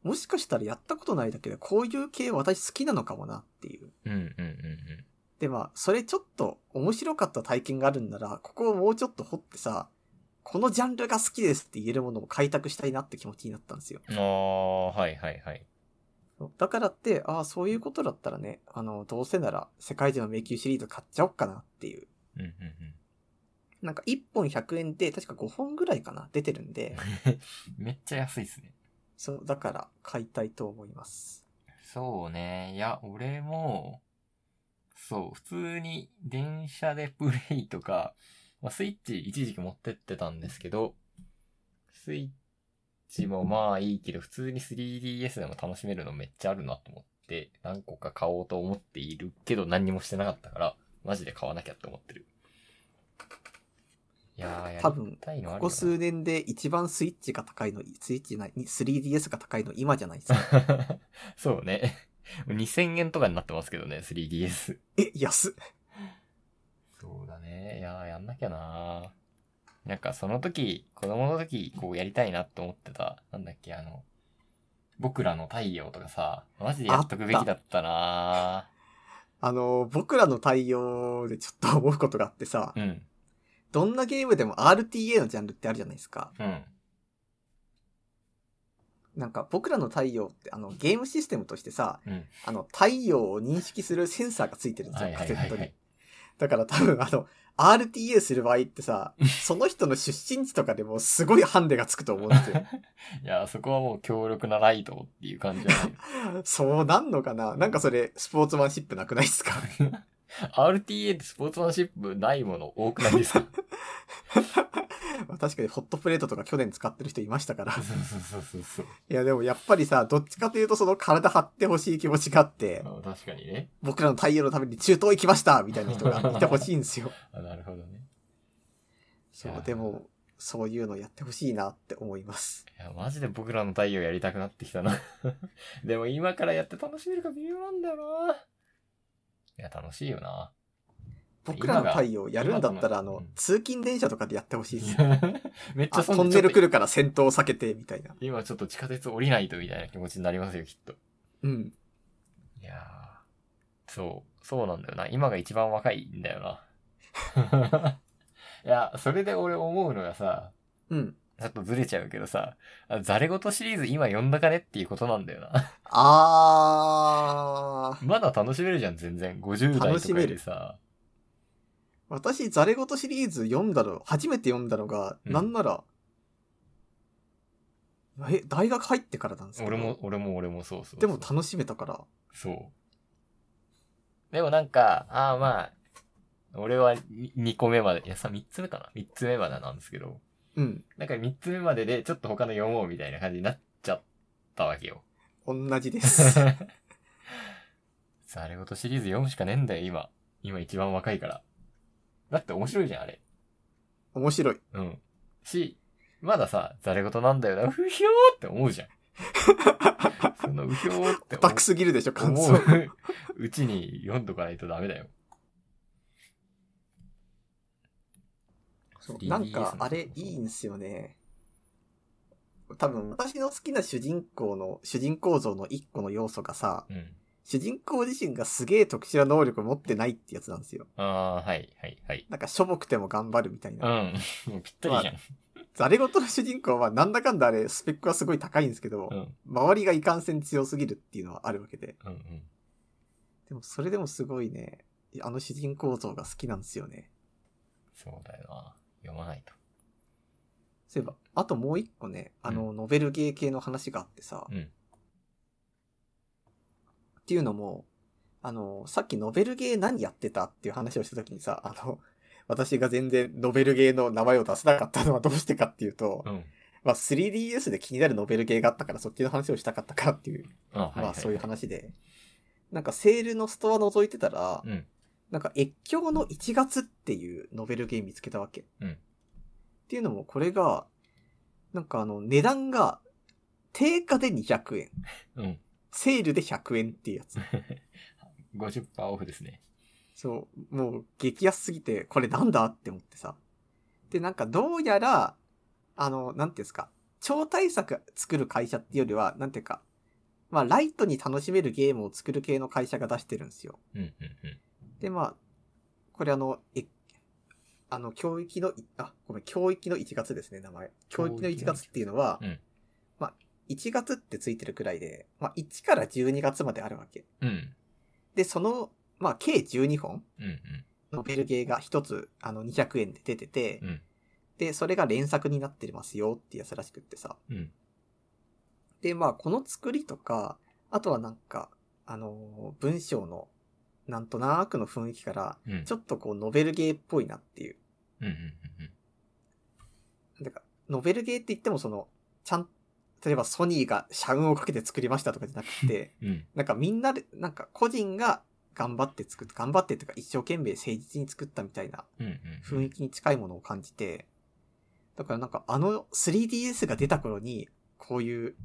S1: もしかしたらやったことないだけで、こういう系私好きなのかもなっていう。
S2: うんうんうん
S1: で、まあ、それちょっと面白かった体験があるんなら、ここをもうちょっと掘ってさ、このジャンルが好きですって言えるものを開拓したいなって気持ちになったんですよ。
S2: うん。ああ、はいはいはい。
S1: だからって、ああ、そういうことだったらね、あの、どうせなら世界中の迷宮シリーズ買っちゃおっかなっていう。
S2: うんうん
S1: なんか1本100円で、確か5本ぐらいかな、出てるん で、
S2: うん。めっちゃ安いですね。
S1: そう、だから買いたいと思います。
S2: そうね。いや、俺も、そう、普通に電車でプレイとか、まあ、スイッチ一時期持ってってたんですけど、スイッチもまあいいけど、普通に 3DS でも楽しめるのめっちゃあるなと思って、何個か買おうと思っているけど何にもしてなかったから、マジで買わなきゃって思ってる。いやー、や
S1: 多分
S2: りたいの
S1: こ
S2: あるよ
S1: こ
S2: な
S1: 数年で一番スイッチが高いの、スイッチない、3DS が高いの今じゃないですか。
S2: そうね。2000円とかになってますけどね、3DS。
S1: え、安っ
S2: そうだね。いやー、やんなきゃなーなんかその時、子供の時、こうやりたいなって思ってた、なんだっけ、あの、僕らの太陽とかさ、マジでやっとくべきだったな
S1: あの、僕らの対応でちょっと思うことがあってさ、
S2: ーうん、
S1: どんなゲームでも RTA のジャンルってあるじゃないですか。
S2: うん、
S1: なんか僕らの太陽ってあのゲームシステムとしてさ、
S2: うん。
S1: あの太陽を認識するセンサーがついてるんです
S2: は
S1: よ、
S2: い
S1: カ
S2: は
S1: セ
S2: いは
S1: ッ
S2: い
S1: ト
S2: は
S1: に
S2: い。。
S1: だから多分あの、RTA する場合って さ、その人の出身地とかでもすごいハンデがつくと思うんですよ。
S2: いやー、そこはもう強力なライト っていう感じじゃない
S1: そうなんのかななんかそれ、スポーツマンシップなくないですか
S2: の RTA ってスポーツマンシップないもの多くないですか
S1: まあ確かにホットプレートとか去年使ってる人いましたから
S2: そ。うそうそうそうそう。
S1: いやでもやっぱりさ、どっちかというとその体張ってほしい気持ちがあって、
S2: あ確かにね。
S1: 僕らの太陽のために中東行きましたみたいな人がいてほしいんですよ。
S2: あなるほどね。
S1: そ
S2: いや
S1: う、でも、そういうのやってほしいなって思います。
S2: いや、マジで僕らの太陽やりたくなってきたな。 でも今からやって楽しめるか微妙なんだよな。いや、楽しいよな。
S1: 僕らの太陽やるんだったら、あ
S2: 今が
S1: の
S2: うん、
S1: 通勤電車とかでやってほしい ですよ。
S2: めっちゃ
S1: あ、
S2: そん
S1: トンネル来
S2: る。
S1: るから先頭を避けて、みたいな。
S2: 今ちょっと地下鉄降りないとみたいな気持ちになりますよ、きっと。
S1: うん。
S2: いやーそう、そうなんだよな。今が一番若いんだよな。いや、それで俺思うのがさ、
S1: うん。
S2: ちょっとずれちゃうけどさ、あザレ言シリーズ今読んだかねっていうことなんだよな。
S1: あー。
S2: まだ楽しめるじゃん、全然。50代
S1: 楽
S2: と
S1: し
S2: か
S1: め
S2: よ
S1: る
S2: りさ。
S1: 私、ザレ事シリーズ読んだの、初めて読んだのが、
S2: うん
S1: なんなら、え、大学入ってからなんですけど
S2: 俺も、俺も俺もそうそうそう。
S1: でも楽しめたから。
S2: そう。でもなんか、ああまあ、俺は2個目まで、いやさ、3つ目かな ?3 つ目までなんですけど、
S1: うん。
S2: なんか3つ目まででちょっと他の読もうみたいな感じになっちゃったわけ よ。
S1: 同じです。
S2: ザレ言シリーズ読むしかねえんだよ、今。今一番若いから。だって面白いじゃん、あれ。
S1: 面白い。
S2: うん。し、まださ、ザレ言なんだよな、うひょーって思うじ ゃん。そのうひょーって
S1: オタクすぎるでしょ、感
S2: 思
S1: 想。
S2: ううちに読んどかないとダメだよ。
S1: そうなんか、あれ、いいんすよね。多分、私の好きな主人公の、主人公像の一個の要素がさ、
S2: うん。
S1: 主人公自身がすげえ特殊な能力持ってないってやつなんですよ。
S2: ああ、はい、はい、はい。
S1: なんか、しょぼくても頑張るみたいな。
S2: うん。もうぴったりじゃん。
S1: ザレ事の主人公は、なんだかんだあれ、スペックはすごい高いんですけど、
S2: うん。
S1: 周りがいかんせん強すぎるっていうのはあるわけで。
S2: うん、うん。
S1: でも、それでもすごいね、あの主人公像が好きなんですよね。
S2: そうだよな。読まないと。
S1: そういえば、あともう一個ね、あの、ノベルゲー系の話があってさ、
S2: うん
S1: っていうのも、あの、さっきノベルゲー何やってたっていう話をした時にさ、あの、私が全然ノベルゲーの名前を出せなかったのはどうしてかっていうと、
S2: うん。
S1: まあ 3DS で気になるノベルゲーがあったからそっちの話をしたかったからっていう、
S2: あはい、はい。
S1: まあそういう話で。なんかセールのストア覗いてたら、
S2: うん。
S1: なんか越境の1月っていうノベルゲーム見つけたわけ。
S2: うん
S1: っていうのもこれが、なんかあの値段が定価で200円、
S2: うん。
S1: セールで100円っていう やつ。
S2: 50%オフですね。
S1: そう、もう激安すぎてこれなんだって思ってさ。で、なんかどうやら、あの、なんていうんですか、超大作作る会社っていうよりは、なんていうか、まあライトに楽しめるゲームを作る系の会社が出してるんですよ。
S2: うん、うん、
S1: で、まあ、これあの、え、あの、教育のい、あ、ごめん、教育の1月ですね、名前。教育の1月っていうのは、
S2: うん
S1: まあ、1月ってついてるくらいで、まあ、1から12月まであるわけ。
S2: うん。うん。
S1: で、その、まあ、計12本
S2: うん、
S1: のベルゲーが1つ、あの、200円で出てて、
S2: うん。
S1: で、それが連作になってますよってやつらしくってさ。
S2: うん。うん。
S1: で、まあ、この作りとか、あとはなんか、あのー文章の、なんとなくの雰囲気から、
S2: うん。
S1: ちょっとこう、ノベルゲーっぽいなっていう。
S2: うん、うん、
S1: なんか、ノベルゲーって言ってもその、ちゃん、例えばソニーが社運をかけて作りましたとかじゃなく て、
S2: うん。うん。
S1: なんかみんなで、なんか個人が頑張って作って、頑張ってとか一生懸命誠実に作ったみたいな
S2: うん、うん。
S1: 雰囲気に近いものを感じて、だからなんかあの 3DS が出た頃に、こういう、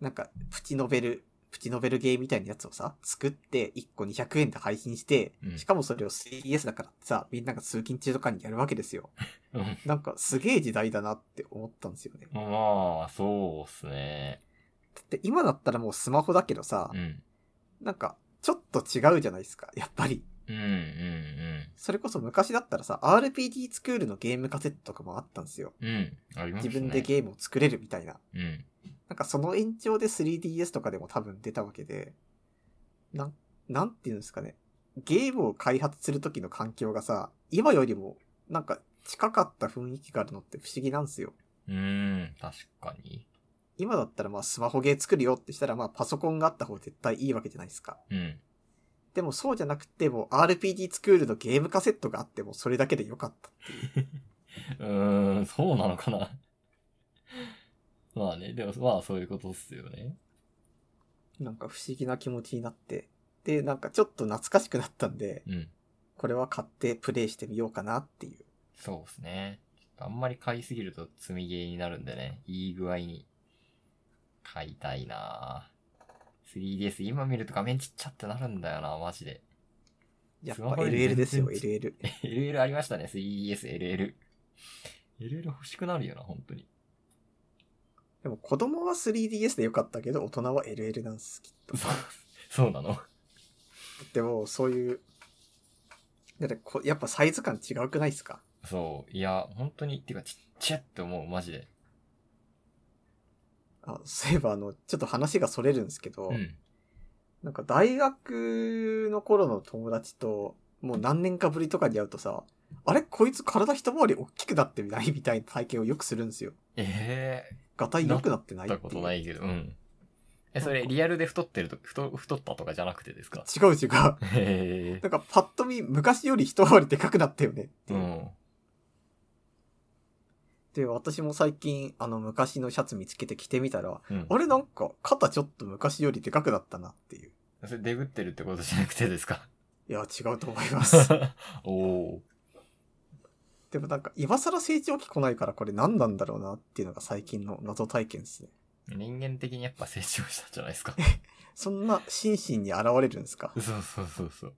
S1: なんかプチノベル、プチノベルゲーみたいなやつをさ、作って1個200円で配信して
S2: う、ん
S1: しかもそれを 3DS だからってさ、みんなが通勤中とかにやるわけですよ。
S2: うん。
S1: なんかすげえ時代だなって思ったんですよね。だ
S2: まあ、そうっすね。
S1: って今だったらもうスマホだけどさ
S2: う、ん。
S1: なんかちょっと違うじゃないですか、やっぱり。
S2: うん、うん、う
S1: それこそ昔だったらさ、RPG スクールのゲームカセットとかもあったんですよ。
S2: ん。うん。あります
S1: 自
S2: ね。
S1: 分でゲームを作れるみたいな。
S2: うん。
S1: なんかその延長で 3DS とかでも多分出たわけで、なん、なんていうんですかね。ゲームを開発する時の環境がさ、今よりもなんか近かった雰囲気があるのって不思議なんですよ。
S2: うーん、確かに。
S1: 今だったらまあスマホゲー作るよってしたらまあパソコンがあった方が絶対いいわけじゃないですか。
S2: うん。
S1: でもそうじゃなくて、もう RPG スクールのゲームカセットがあってもそれだけでよかった。
S2: うーん、そうなのかな。まあね、でもまあそういうことっすよね。
S1: なんか不思議な気持ちになって。で、なんかちょっと懐かしくなったんで、
S2: うん。
S1: これは買ってプレイしてみようかなっていう。
S2: そうですね。ちょっとあんまり買いすぎると積みゲーになるんでね、いい具合に買いたいなぁ 3DS 今見ると画面ちっちゃってなるんだよなマジで。
S1: やっ
S2: ス
S1: ぱ
S2: マホより
S1: LL ですよ、
S2: 全然
S1: LL。
S2: LL ありましたね、3DS、LL。LL 欲しくなるよな、本当に。
S1: でも子供は 3DS でよかったけど、大人は LL なんです、きっと。
S2: そう、そう なの
S1: でも、そういう、だってこやっぱサイズ感違うくないですか
S2: そう、いや、本当に、ってかちっちゃって思う、マジで。
S1: あそういえば、あの、ちょっと話がそれるんですけど、
S2: うん。
S1: なんか大学の頃の友達と、もう何年かぶりとかに会うとさ、あれこいつ体一回り大きくなってないみたいな体験をよくするんですよ。
S2: ええ
S1: ガタイ良くなってな
S2: ー、
S1: い
S2: 見
S1: って
S2: た
S1: いう
S2: ことないけど、うん。え、それ、リアルで太ってると、太、太ったとかじゃなくてです か
S1: 違う違う。なん
S2: へえ
S1: かパッと見、昔より一回りでかくなったよねって
S2: ー。
S1: いうう。
S2: ん。
S1: で、私も最近、あの、昔のシャツ見つけて着てみたら、
S2: うん。
S1: あれなんか、肩ちょっと昔よりでかくなったなっていう。
S2: それ、デブってるってことじゃなくてで すか
S1: いや、違うと思い ます。
S2: おお
S1: でもなんか、今更成長期来ないからこれ何なんだろうなっていうのが最近の謎体験ですね。
S2: ー。人間的にやっぱ成長したんじゃないで すか。
S1: そんな心身に現れるんですか
S2: そうそうそうそう。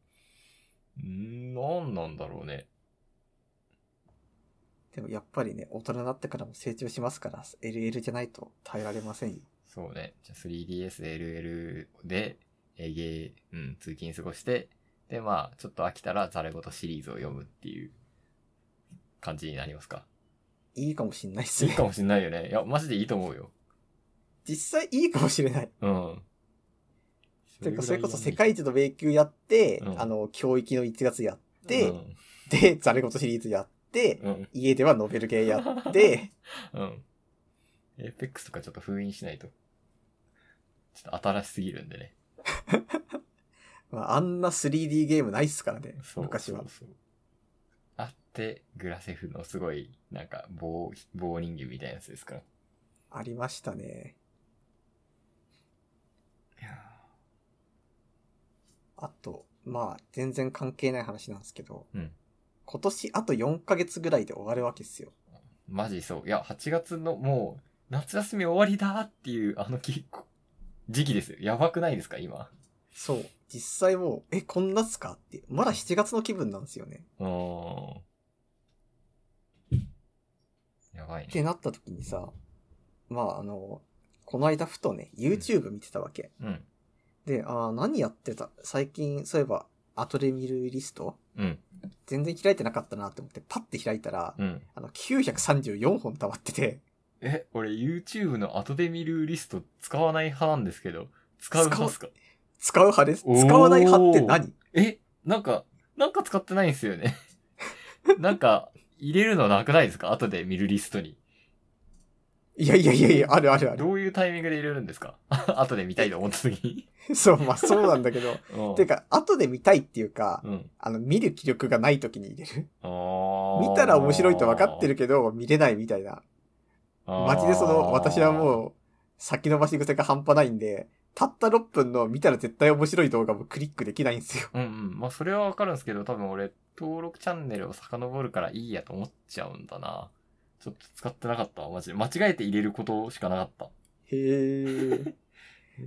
S2: んーなんなんだろうね。
S1: でもやっぱりね、大人になってからも成長しますから、LL じゃないと耐えられませんよ。
S2: そうね。じゃあ 3DS、LL で、えーゲー、うん、通勤過ごして、で、まあ、ちょっと飽きたら、ざれごとシリーズを読むっていう感じになりますか。
S1: いいかもしんないっす
S2: いい
S1: ね
S2: か。もしんないよね。いや、マジでいいと思うよ。
S1: 実際いいかもしれない。
S2: うん。
S1: というか、それこそ世
S2: ぐらい
S1: 界一の迷宮やって、
S2: うん
S1: あの、教育の1月やって、
S2: 読んで、
S1: で、ザレ事シリーズやって、
S2: うん。うん。
S1: 家ではノベルゲーや って、
S2: うん。エーペックスとかちょっと封印しないと。ちょっと新しすぎるんでね。
S1: まあ、あんな 3D ゲームないっすからね、
S2: そう
S1: 昔は
S2: そう。そうあって、グラセフのすごい、なんか棒、棒人形みたいなやつですから。い
S1: ありましたね。
S2: や
S1: あと、まあ、全然関係ない話なんですけど、
S2: うん
S1: 今年あと4ヶ月ぐらいで終わるわけっすよ。
S2: マジそう。いや、8月のもう、夏休み終わりだーっていう、あのき、こ時期ですよ。やばくないですか、今。
S1: そう。実際もう、え、こんなっすかって、まだ7月の気分なんですよね。
S2: うーん。やばい
S1: って
S2: ね。
S1: なった時にさ、まあ、あの、この間ふとね、YouTube 見てたわけ。
S2: うん。
S1: で、ああ、何やってた最近、そういえば、アトレミルリスト
S2: うん。
S1: 全然開いてなかったなって思って、パッて開いたら、
S2: うん。
S1: あの、934本溜まってて、
S2: え、俺 YouTube の後で見るリスト使わない派なんですけど、使う派っすか
S1: 使う派です。
S2: おー
S1: 使わない派って何
S2: え、なんか、なんか使ってないんですよ ね。なんか、入れるのなくないですか後で見るリストに。
S1: いやいやいやいや、あるあるある。
S2: どういうタイミングで入れるんですか 後で見たいと思った時
S1: そう、まあそうなんだけ ど。
S2: に。
S1: ていうか、後で見たいっていうか
S2: う、ん、
S1: あの、見る気力がない時に入れる。
S2: うん。
S1: 見たら面白いと分かって
S2: る。
S1: るけど、見れないみたいな。マジでその、私はもう、先延ばし癖が半端ないんで、たった6分の見たら絶対面白い動画もクリックできないんですよ。
S2: う。うんうん。まあ、それはわかるんですけど、多分俺、登録チャンネルを遡るからいいやと思っちゃうんだな。ちょっと使ってなかったわマジで。間違えて入れることしかなかった。
S1: へー。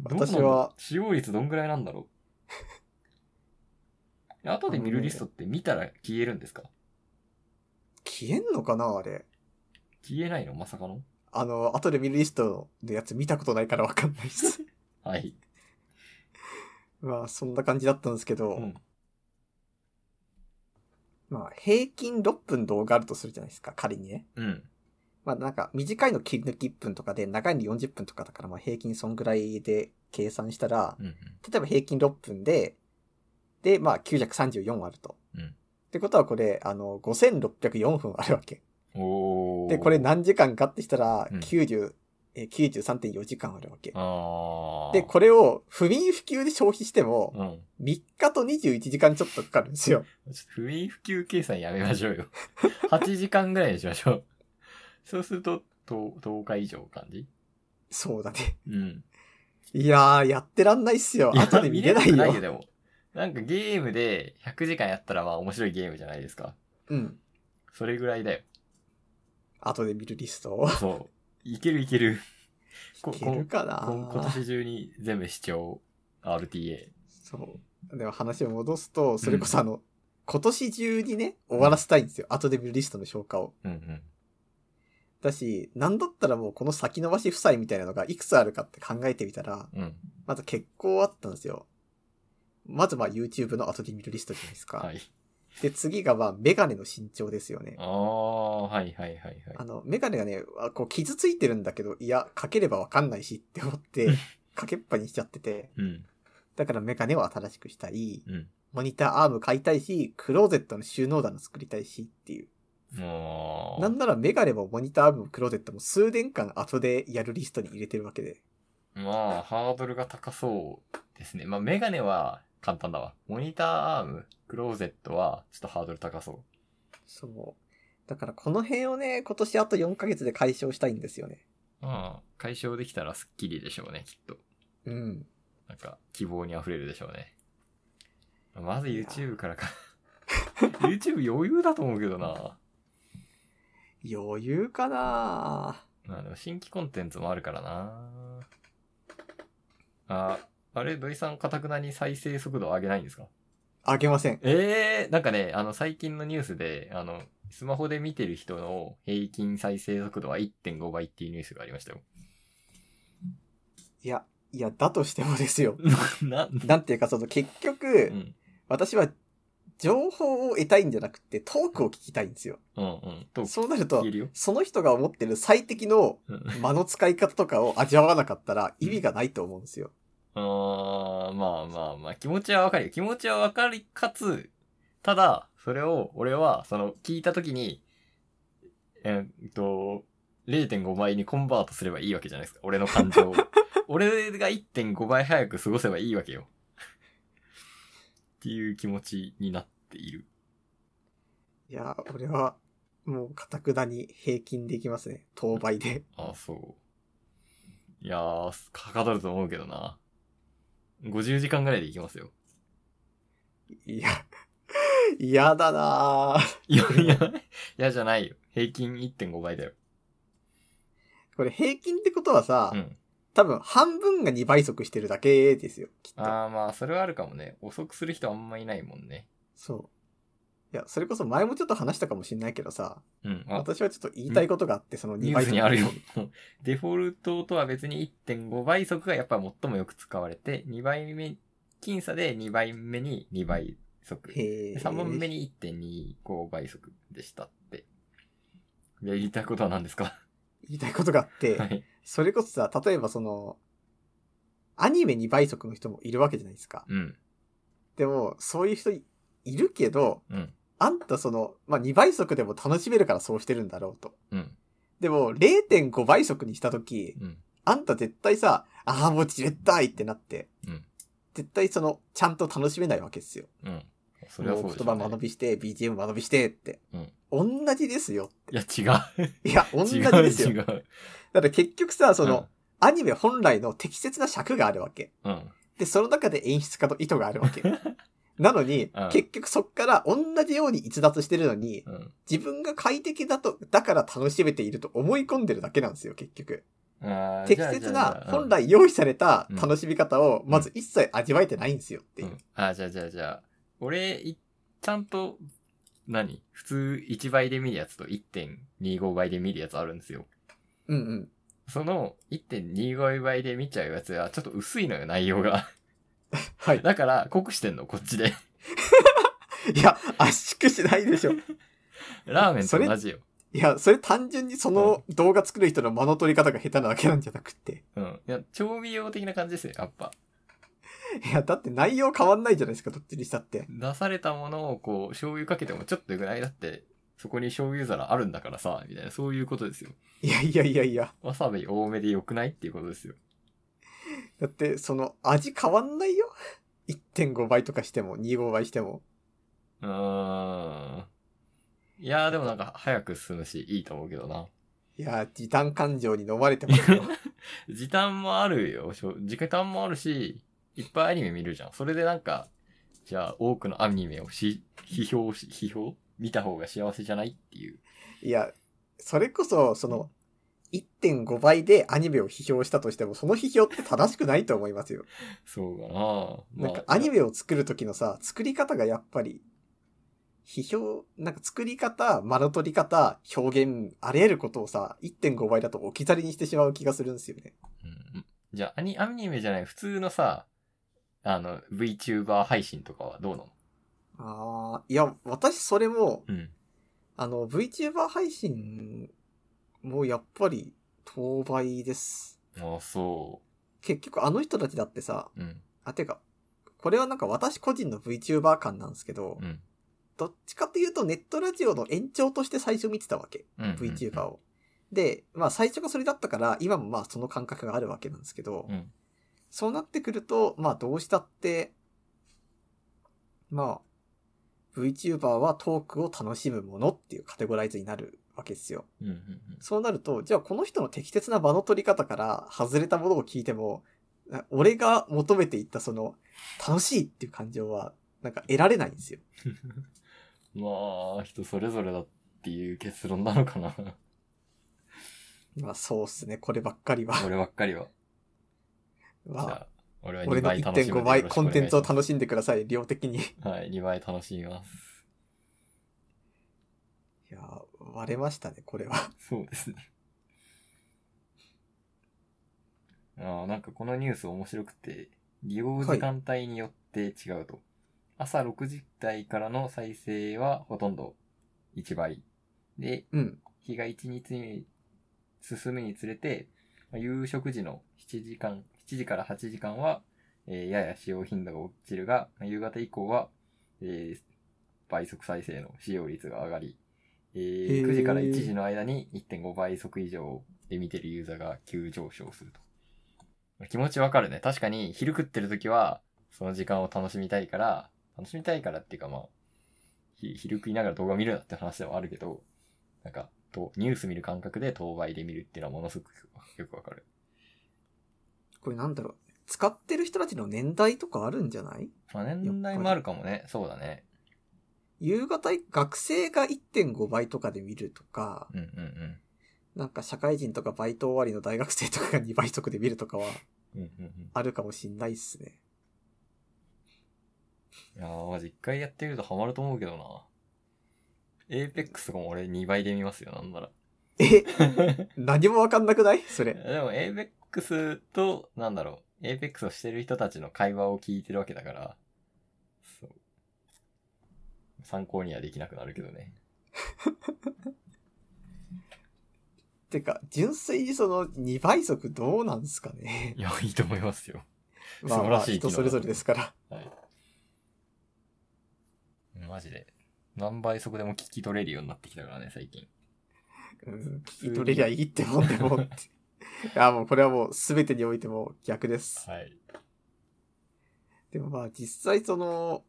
S2: どうなんだ
S1: 私は
S2: 使用率どんぐらいなんだろ う後で見るリストって見たら消えるんですか
S1: 消えんのかなあれ。
S2: 消えないのまさかの
S1: あの、後で見るリストのやつ見たことないから分かんないです。
S2: はい。
S1: まあ、そんな感じだったんですけど、
S2: うん。
S1: まあ、平均6分動画あるとするじゃないですか、仮にね。
S2: うん。
S1: まあ、なんか、短いの切り抜き1分とかで、長いの40分とかだから、まあ、平均そんぐらいで計算したら、
S2: うん。
S1: 例えば平均6分で、で、まあ、934あると。
S2: うん
S1: ってことは、これ、あの、5604分あるわけ。
S2: おー。
S1: で、これ何時間かってしたら、
S2: うん
S1: 90、えー93.4時間あるわけ。
S2: ああ。
S1: で、これを不眠不休で消費しても、
S2: うん。
S1: 3日と21時間ちょっとかかるんですよ。
S2: ちょっと不眠不休計算やめましょうよ。8時間ぐらいにしましょう。そうすると、と10日以上感じ
S1: そうだね。
S2: うん。
S1: いやー、やってらんないっすよ。後で見れない
S2: 見れ
S1: よ
S2: な。くでも。なんかゲームで100時間やったらまあ面白いゲームじゃないですか。
S1: うん。
S2: それぐらいだよ。
S1: 後で見るリストを。
S2: そう。いけるいける。こ
S1: いけるかな
S2: こん今年中に全部視聴 RTA。
S1: そう。でも話を戻すと、それこそあの、今年中にね、終わらせたいんですよ。後で見るリストの消化を。
S2: うんうん。
S1: だし、なんだったらもうこの先延ばし負債みたいなのがいくつあるかって考えてみたら、
S2: うん。
S1: まず結構あったんですよ。まずまあ YouTube の後で見るリストじゃないですか。
S2: はい。
S1: で、次がまあメガネの身長ですよね
S2: あ。あ、はいはいはいはい。
S1: あの、メガネがね、あこう傷ついてるんだけど、いや、かければわかんないしって思 って、かけっぱにしちゃってて、
S2: うん。
S1: だからメガネを新しくしたり、
S2: うん。
S1: モニターアーム買いたいし、クローゼットの収納棚作りたいしっていう。
S2: もう。
S1: なんならメガネもモニターアームもクローゼットも数年間後でやるリストに入れてるわけで。
S2: まあ、ハードルが高そうですね。まあ、メガネは簡単だわ。モニターアーム、クローゼットは、ちょっとハードル高そ
S1: そう。だからこの辺をね、今年あと4ヶ月で解消したいんですよね。
S2: う。うん。解消できたらスッキリでしょうね、きっと。
S1: うん。
S2: なんか、希望に溢れるでしょうね。まず
S1: いや
S2: YouTube からか。YouTube 余裕だと思うけどな。
S1: 余裕かな
S2: まあでも新規コンテンツもあるからな。あ、あれ、土井さん、かたくなに再生速度上げないんですか
S1: あげません。
S2: ええなんかね、あの、最近のニュースで、あの、スマホで見てる人の平均再生速度は1.5倍っていうニュースがありましたよ。
S1: いや、いや、だとしてもです よ。
S2: な、
S1: なんていうか、その結局、
S2: うん、
S1: 私は情報を得たいんじゃなくてトークを聞きたいんですよ。
S2: うん、うん。と、
S1: そうなる
S2: 消
S1: と
S2: え、るよ。
S1: その人が思ってる最適の
S2: うん
S1: 間の使い方とかを味わわなかったら意味がないと思うんですよ。
S2: あーまあまあまあ、気持ちはわかるよ。気持ちはわかり、かつ、ただ、それを、俺は、その、聞いたときに、えーっと、0.5倍にコンバートすればいいわけじゃないですか。俺の感情を。俺が1.5倍早く過ごせばいいわけよ。っていう気持ちになっている。
S1: いやー、俺は、もう、かたくなに平均でいきますね。当倍で。
S2: ああ、そう。いやー、かかどると思うけどな。50時間ぐらいでいきますよ。
S1: いや、嫌だなー
S2: いや、いや、いやじゃないよ。平均1.5倍だよ。
S1: これ平均ってことはさ、
S2: うん。
S1: 多分半分が2倍速してるだけですよ。きっと。
S2: ああ、まあ、それはあるかもね。遅くする人あんまいないもんね。
S1: そう。いや、それこそ前もちょっと話したかもしれないけどさ、
S2: うん。あ、
S1: 私はちょっと言いたいことがあって、その2
S2: ニュ
S1: 倍
S2: ー
S1: 速
S2: スにあるよ。 デフォルトとは別に1.5倍速がやっぱ最もよく使われて、2倍目、僅差で2倍目に2倍速。
S1: へえ。
S2: 3番目に1.25倍速でしたって。いや、言いたいことは何ですか
S1: 言いたいことがあって、
S2: はい。
S1: それこそさ、例えばその、アニメ2倍速の人もいるわけじゃないですか。
S2: うん。
S1: でも、そういう人いいるけど、
S2: うん。
S1: あんたその、まあ、2倍速でも楽しめるからそうしてるんだろうと。
S2: うん。
S1: でも、0.5倍速にしたとき、
S2: うん。
S1: あんた絶対さ、ああ、もう絶対ってなって、
S2: うん
S1: 絶対その、ちゃんと楽しめないわけですよ。
S2: うん。それはそう
S1: も
S2: で
S1: う
S2: す
S1: 言葉間延びして、BGM 間延びしてって。
S2: うん
S1: 同じですよ。
S2: いや、違う。
S1: いや、同じ
S2: 違
S1: ですよ。
S2: う、違
S1: だ
S2: う。
S1: から結局さ、その、
S2: うん
S1: アニメ本来の適切な尺があるわけ。
S2: うん。
S1: で、その中で演出家の意図があるわ け。なのに、
S2: うん
S1: 結局そっから同じように逸脱してるのに、
S2: うん。
S1: 自分が快適だと、だから楽しめていると思い込んでるだけなんですよ、結局。
S2: あー
S1: 適
S2: じゃあじゃ
S1: 切
S2: あ
S1: な、
S2: じゃあうん
S1: 本来用意された楽しみ方を、まず一切味わえてないんですよっていうう。
S2: ん、あ、じゃあじゃあじゃあ、俺、いちゃんと、何普通1倍で見るやつと1.25倍で見るやつあるんですよ。
S1: うんうん。
S2: その1.25倍で見ちゃうやつはちょっと薄いのよ、内容が。
S1: はい。
S2: だから、濃くしてんの、こ っちで。
S1: いや、圧縮しないでしょ。い
S2: ラーメンと同じよ。
S1: や、それ単純にその動画作る人の間の取り方が下手なだけなんじゃなくって。
S2: うん。いや、調味料的な感じですよ、やっぱ。
S1: いや、だって内容変わんないじゃないですか、どっちにしたって。
S2: 出されたものをこう、醤油かけてもちょっとぐらいだって、そこに醤油皿あるんだからさ、みたいな、そういうことですよ。
S1: いやいやいやいや。
S2: わさび多めで良くないっていうことですよ。
S1: だって、その味変わんないよ。1.5倍とかしても、2.5倍しても。
S2: うーん。いやーでもなんか早く進むし、いいと思うけどな。
S1: いやー、時短感情に飲まれて ますよ。
S2: 時短もあるよ。しょ時間もあるし、いっぱいアニメ見るじゃん。それでなんか、じゃあ多くのアニメをし、批評し、批評見た方が幸せじゃないっていう。
S1: いや、それこそ、その、1.5倍でアニメを批評したとしても、その批評って正しくないと思いますよ。
S2: そうかな
S1: なんかアニメを作る時のさ、作り方がやっぱり、批評、なんか作り方、間の取り方、表現、あらゆることをさ、1.5倍だと置き去りにしてしまう気がするんですよね。
S2: うんじゃあ、アニアニメじゃない、普通のさ、あの、VTuber 配信とかはどうなの
S1: ああ、いや、私それも、
S2: うん。
S1: あの、VTuber 配信もやっぱり当倍です。
S2: ああ、そ
S1: 結局あの人たちだってさ、
S2: う。うん。
S1: あ、てか、これはなんか私個人の VTuber 感なんですけど、
S2: うん。
S1: どっちかというとネットラジオの延長として最初見てたわけ。
S2: うん。
S1: VTuber を。で、まあ最初がそれだったから、今もまあその感覚があるわけなんですけど、
S2: うん。
S1: そうなってくると、まあどうしたって、まあ、VTuber はトークを楽しむものっていうカテゴライズになるわけですよ。
S2: うん。うん。うん
S1: そうなると、じゃあこの人の適切な場の取り方から外れたものを聞いても、な俺が求めていたその、楽しいっていう感情は、なんか得られないんですよ。
S2: まあ、人それぞれだっていう結論なのかな。
S1: まあそうっすね、こればっかりは。
S2: 俺ばっかりは。
S1: ま
S2: じゃ
S1: あ、
S2: あ、俺は
S1: 俺
S2: 2
S1: の
S2: 倍楽しむ
S1: 1.5
S2: んでよ
S1: 倍
S2: ろしく
S1: コ
S2: お願
S1: ンテン
S2: いします
S1: ツを楽しんでください、量的に。い
S2: はい、2倍楽しみます。
S1: やー、割れましたね、これは。
S2: そうです ね。ああ、なんかこのニュース面白くて、利用時間帯によって違うと。朝6時台からの再生はほとんど1倍。で、
S1: うん。
S2: 日が1日に進むにつれて、まあ夕食時の7時間、7時から8時間は、えーやや使用頻度が落ちるが、夕方以降は、えー倍速再生の使用率が上がり、えー
S1: へー
S2: 9時から1時の間に1.5倍速以上で見てるユーザーが急上昇すると。まあ気持ちわかるね。確かに昼食ってる時は、その時間を楽しみたいから、楽しみたいからっていうかまあ、ひ昼食いながら動画見るなって話ではあるけど、なんか、とニュース見る感覚で当倍で見るっていうのはものすごくよくわかる。
S1: これなんだろう。使ってる人たちの年代とかあるんじゃない
S2: まあ、年代もあるかもね。そうだね。
S1: 夕方い、学生が1.5倍とかで見るとか、
S2: うんうん
S1: なんか社会人とかバイト終わりの大学生とかが2倍速で見るとかは
S2: うん。うんうんうん。
S1: あるかもしんないっすね。
S2: いやー、まじ一回やってみるとハマると思うけどな。エーペックスとかも俺2倍で見ますよ、なんなら。
S1: え、何もわかんなくないそれ。
S2: でも、エーペックスと、なんだろう、エーペックスをしてる人たちの会話を聞いてるわけだから、そう。参考にはできなくなるけどね。
S1: てか、純粋にその2倍速どうなんすかね
S2: い。や、いいと思いますよ。
S1: まあ、
S2: 素晴
S1: ま
S2: ら
S1: あ
S2: しい機
S1: 人
S2: 能
S1: それぞれですから。
S2: はい。マジで。何倍速でも聞き取れるようになってきたからね、最近。
S1: うん、聞き取れりゃいいってもんで もって。いや、もうこれはもう全てにおいても逆です。
S2: はい。
S1: でもまあ実際その、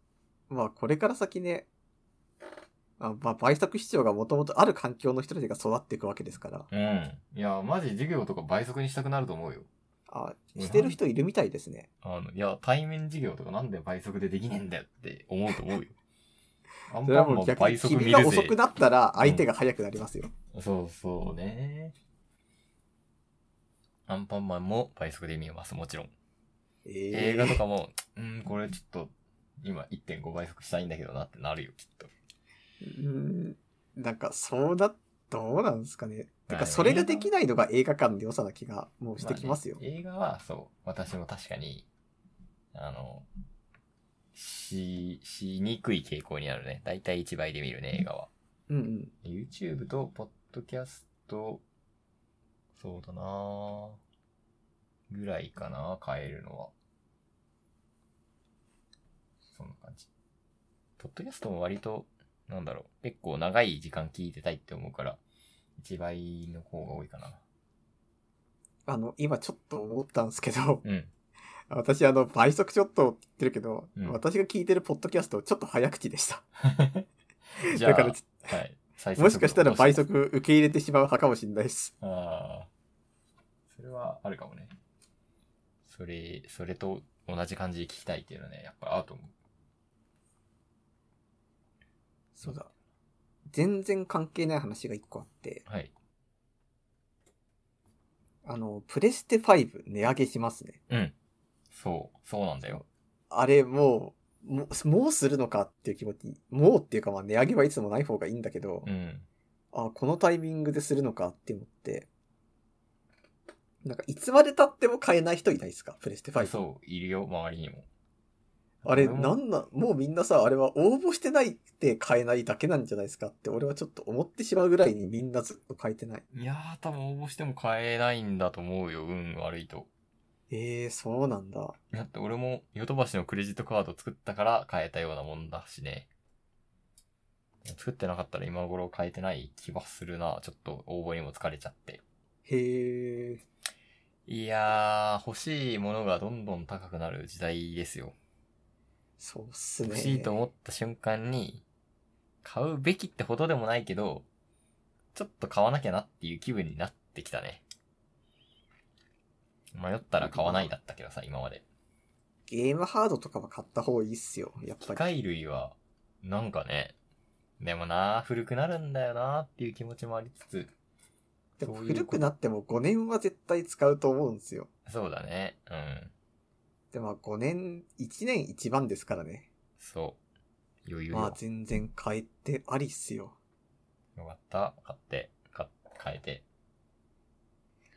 S1: まあこれから先ね、あまあ倍速視聴がもともとある環境の人たちが育っていくわけですから、
S2: うん。いや、マジ授業とか倍速にしたくなると思うよ。
S1: あしてる人いるみたいですね。
S2: あの、いや、対面授業とかなんで倍速でできねえんだよって思うと思うよ。ア
S1: そ
S2: ンパ
S1: れは
S2: ンマ
S1: も
S2: ン
S1: う逆
S2: 倍
S1: に
S2: 速見
S1: 君
S2: る
S1: が遅
S2: ぜ
S1: く。なったら相手が速くなりますよ。
S2: そうそうね。アンパンマンも倍速で見ます、もちろん。
S1: え
S2: 映
S1: え
S2: 画とかも、うん、これちょっと、今1.5倍速したいんだけどなってなるよ、きっと。
S1: うんなんかそうだ、どうなんですかね。て
S2: まあね
S1: かそれができないのが映画館の良さな気がもうしてきますよ。
S2: あね映画は、そう、私も確かに、あの、し、しにくい傾向にあるね。だいたい1倍で見るね、映画は。
S1: うんうん。
S2: YouTube と、ポッドキャスト、そうだなぁぐらいかな変えるのは。そんな感じ。ポッドキャストも割と、なんだろう、結構長い時間聞いてたいって思うから、1倍の方が多いかな。
S1: あの、今ちょっと思ったんですけど、
S2: うん。
S1: 私あの、倍速ちょっとって言ってるけど、
S2: うん
S1: 私が聞いてるポッドキャストちょっと早口でした。
S2: じゃあ、
S1: だから、
S2: はい。最速
S1: もしかしたら倍。速受け入れてしまう派かもしれないです。
S2: ああ。それはあるかもね。それ、それと同じ感じで聞きたいっていうのはね、やっぱあると思う。
S1: そうだ。全然関係ない話が一個あって、
S2: はい。
S1: あの、プレステ5値上げしますね。
S2: うん。そう、そうなんだよ。
S1: あれもう、もう、もうするのかっていう気持ち、もうっていうかまあ値上げはいつもない方がいいんだけど、
S2: うん。
S1: あ、このタイミングでするのかって思って、なんかいつまで経っても買えない人いないですかプレステ5。
S2: そう、いるよ、周りにも。
S1: あれ、
S2: 俺も
S1: なんな、もうみんなさ、あれは応募してないって買えないだけなんじゃないですかって、俺はちょっと思ってしまうぐらいにみんなずっと買えてない。
S2: いやー、多分応募しても買えないんだと思うよ、運悪いと。
S1: ええー、そうなんだ。
S2: だって俺もヨドバシのクレジットカード作ったから買えたようなもんだしね。作ってなかったら今頃買えてない気はするな。ちょっと応募にも疲れちゃって。
S1: へえ。
S2: いやー、欲しいものがどんどん高くなる時代ですよ。
S1: そうっすね。
S2: 欲しいと思った瞬間に、買うべきってほどでもないけど、ちょっと買わなきゃなっていう気分になってきたね。迷ったら買わないだったけどさ、今まで。
S1: ゲームハードとかは買った方がいいっすよ。やっ
S2: 機
S1: ぱり。
S2: 械類は、なんかね、でもな、古くなるんだよなっていう気持ちもありつつ、
S1: でも
S2: そういうこと
S1: 古くなっても5年は絶対使うと思うんですよ。
S2: そうだね、うん、
S1: で、まあ5年、1年1番ですからね。
S2: そう。余裕よ。
S1: まあ全然買えてありっすよ。
S2: よかった。買って、か買えて。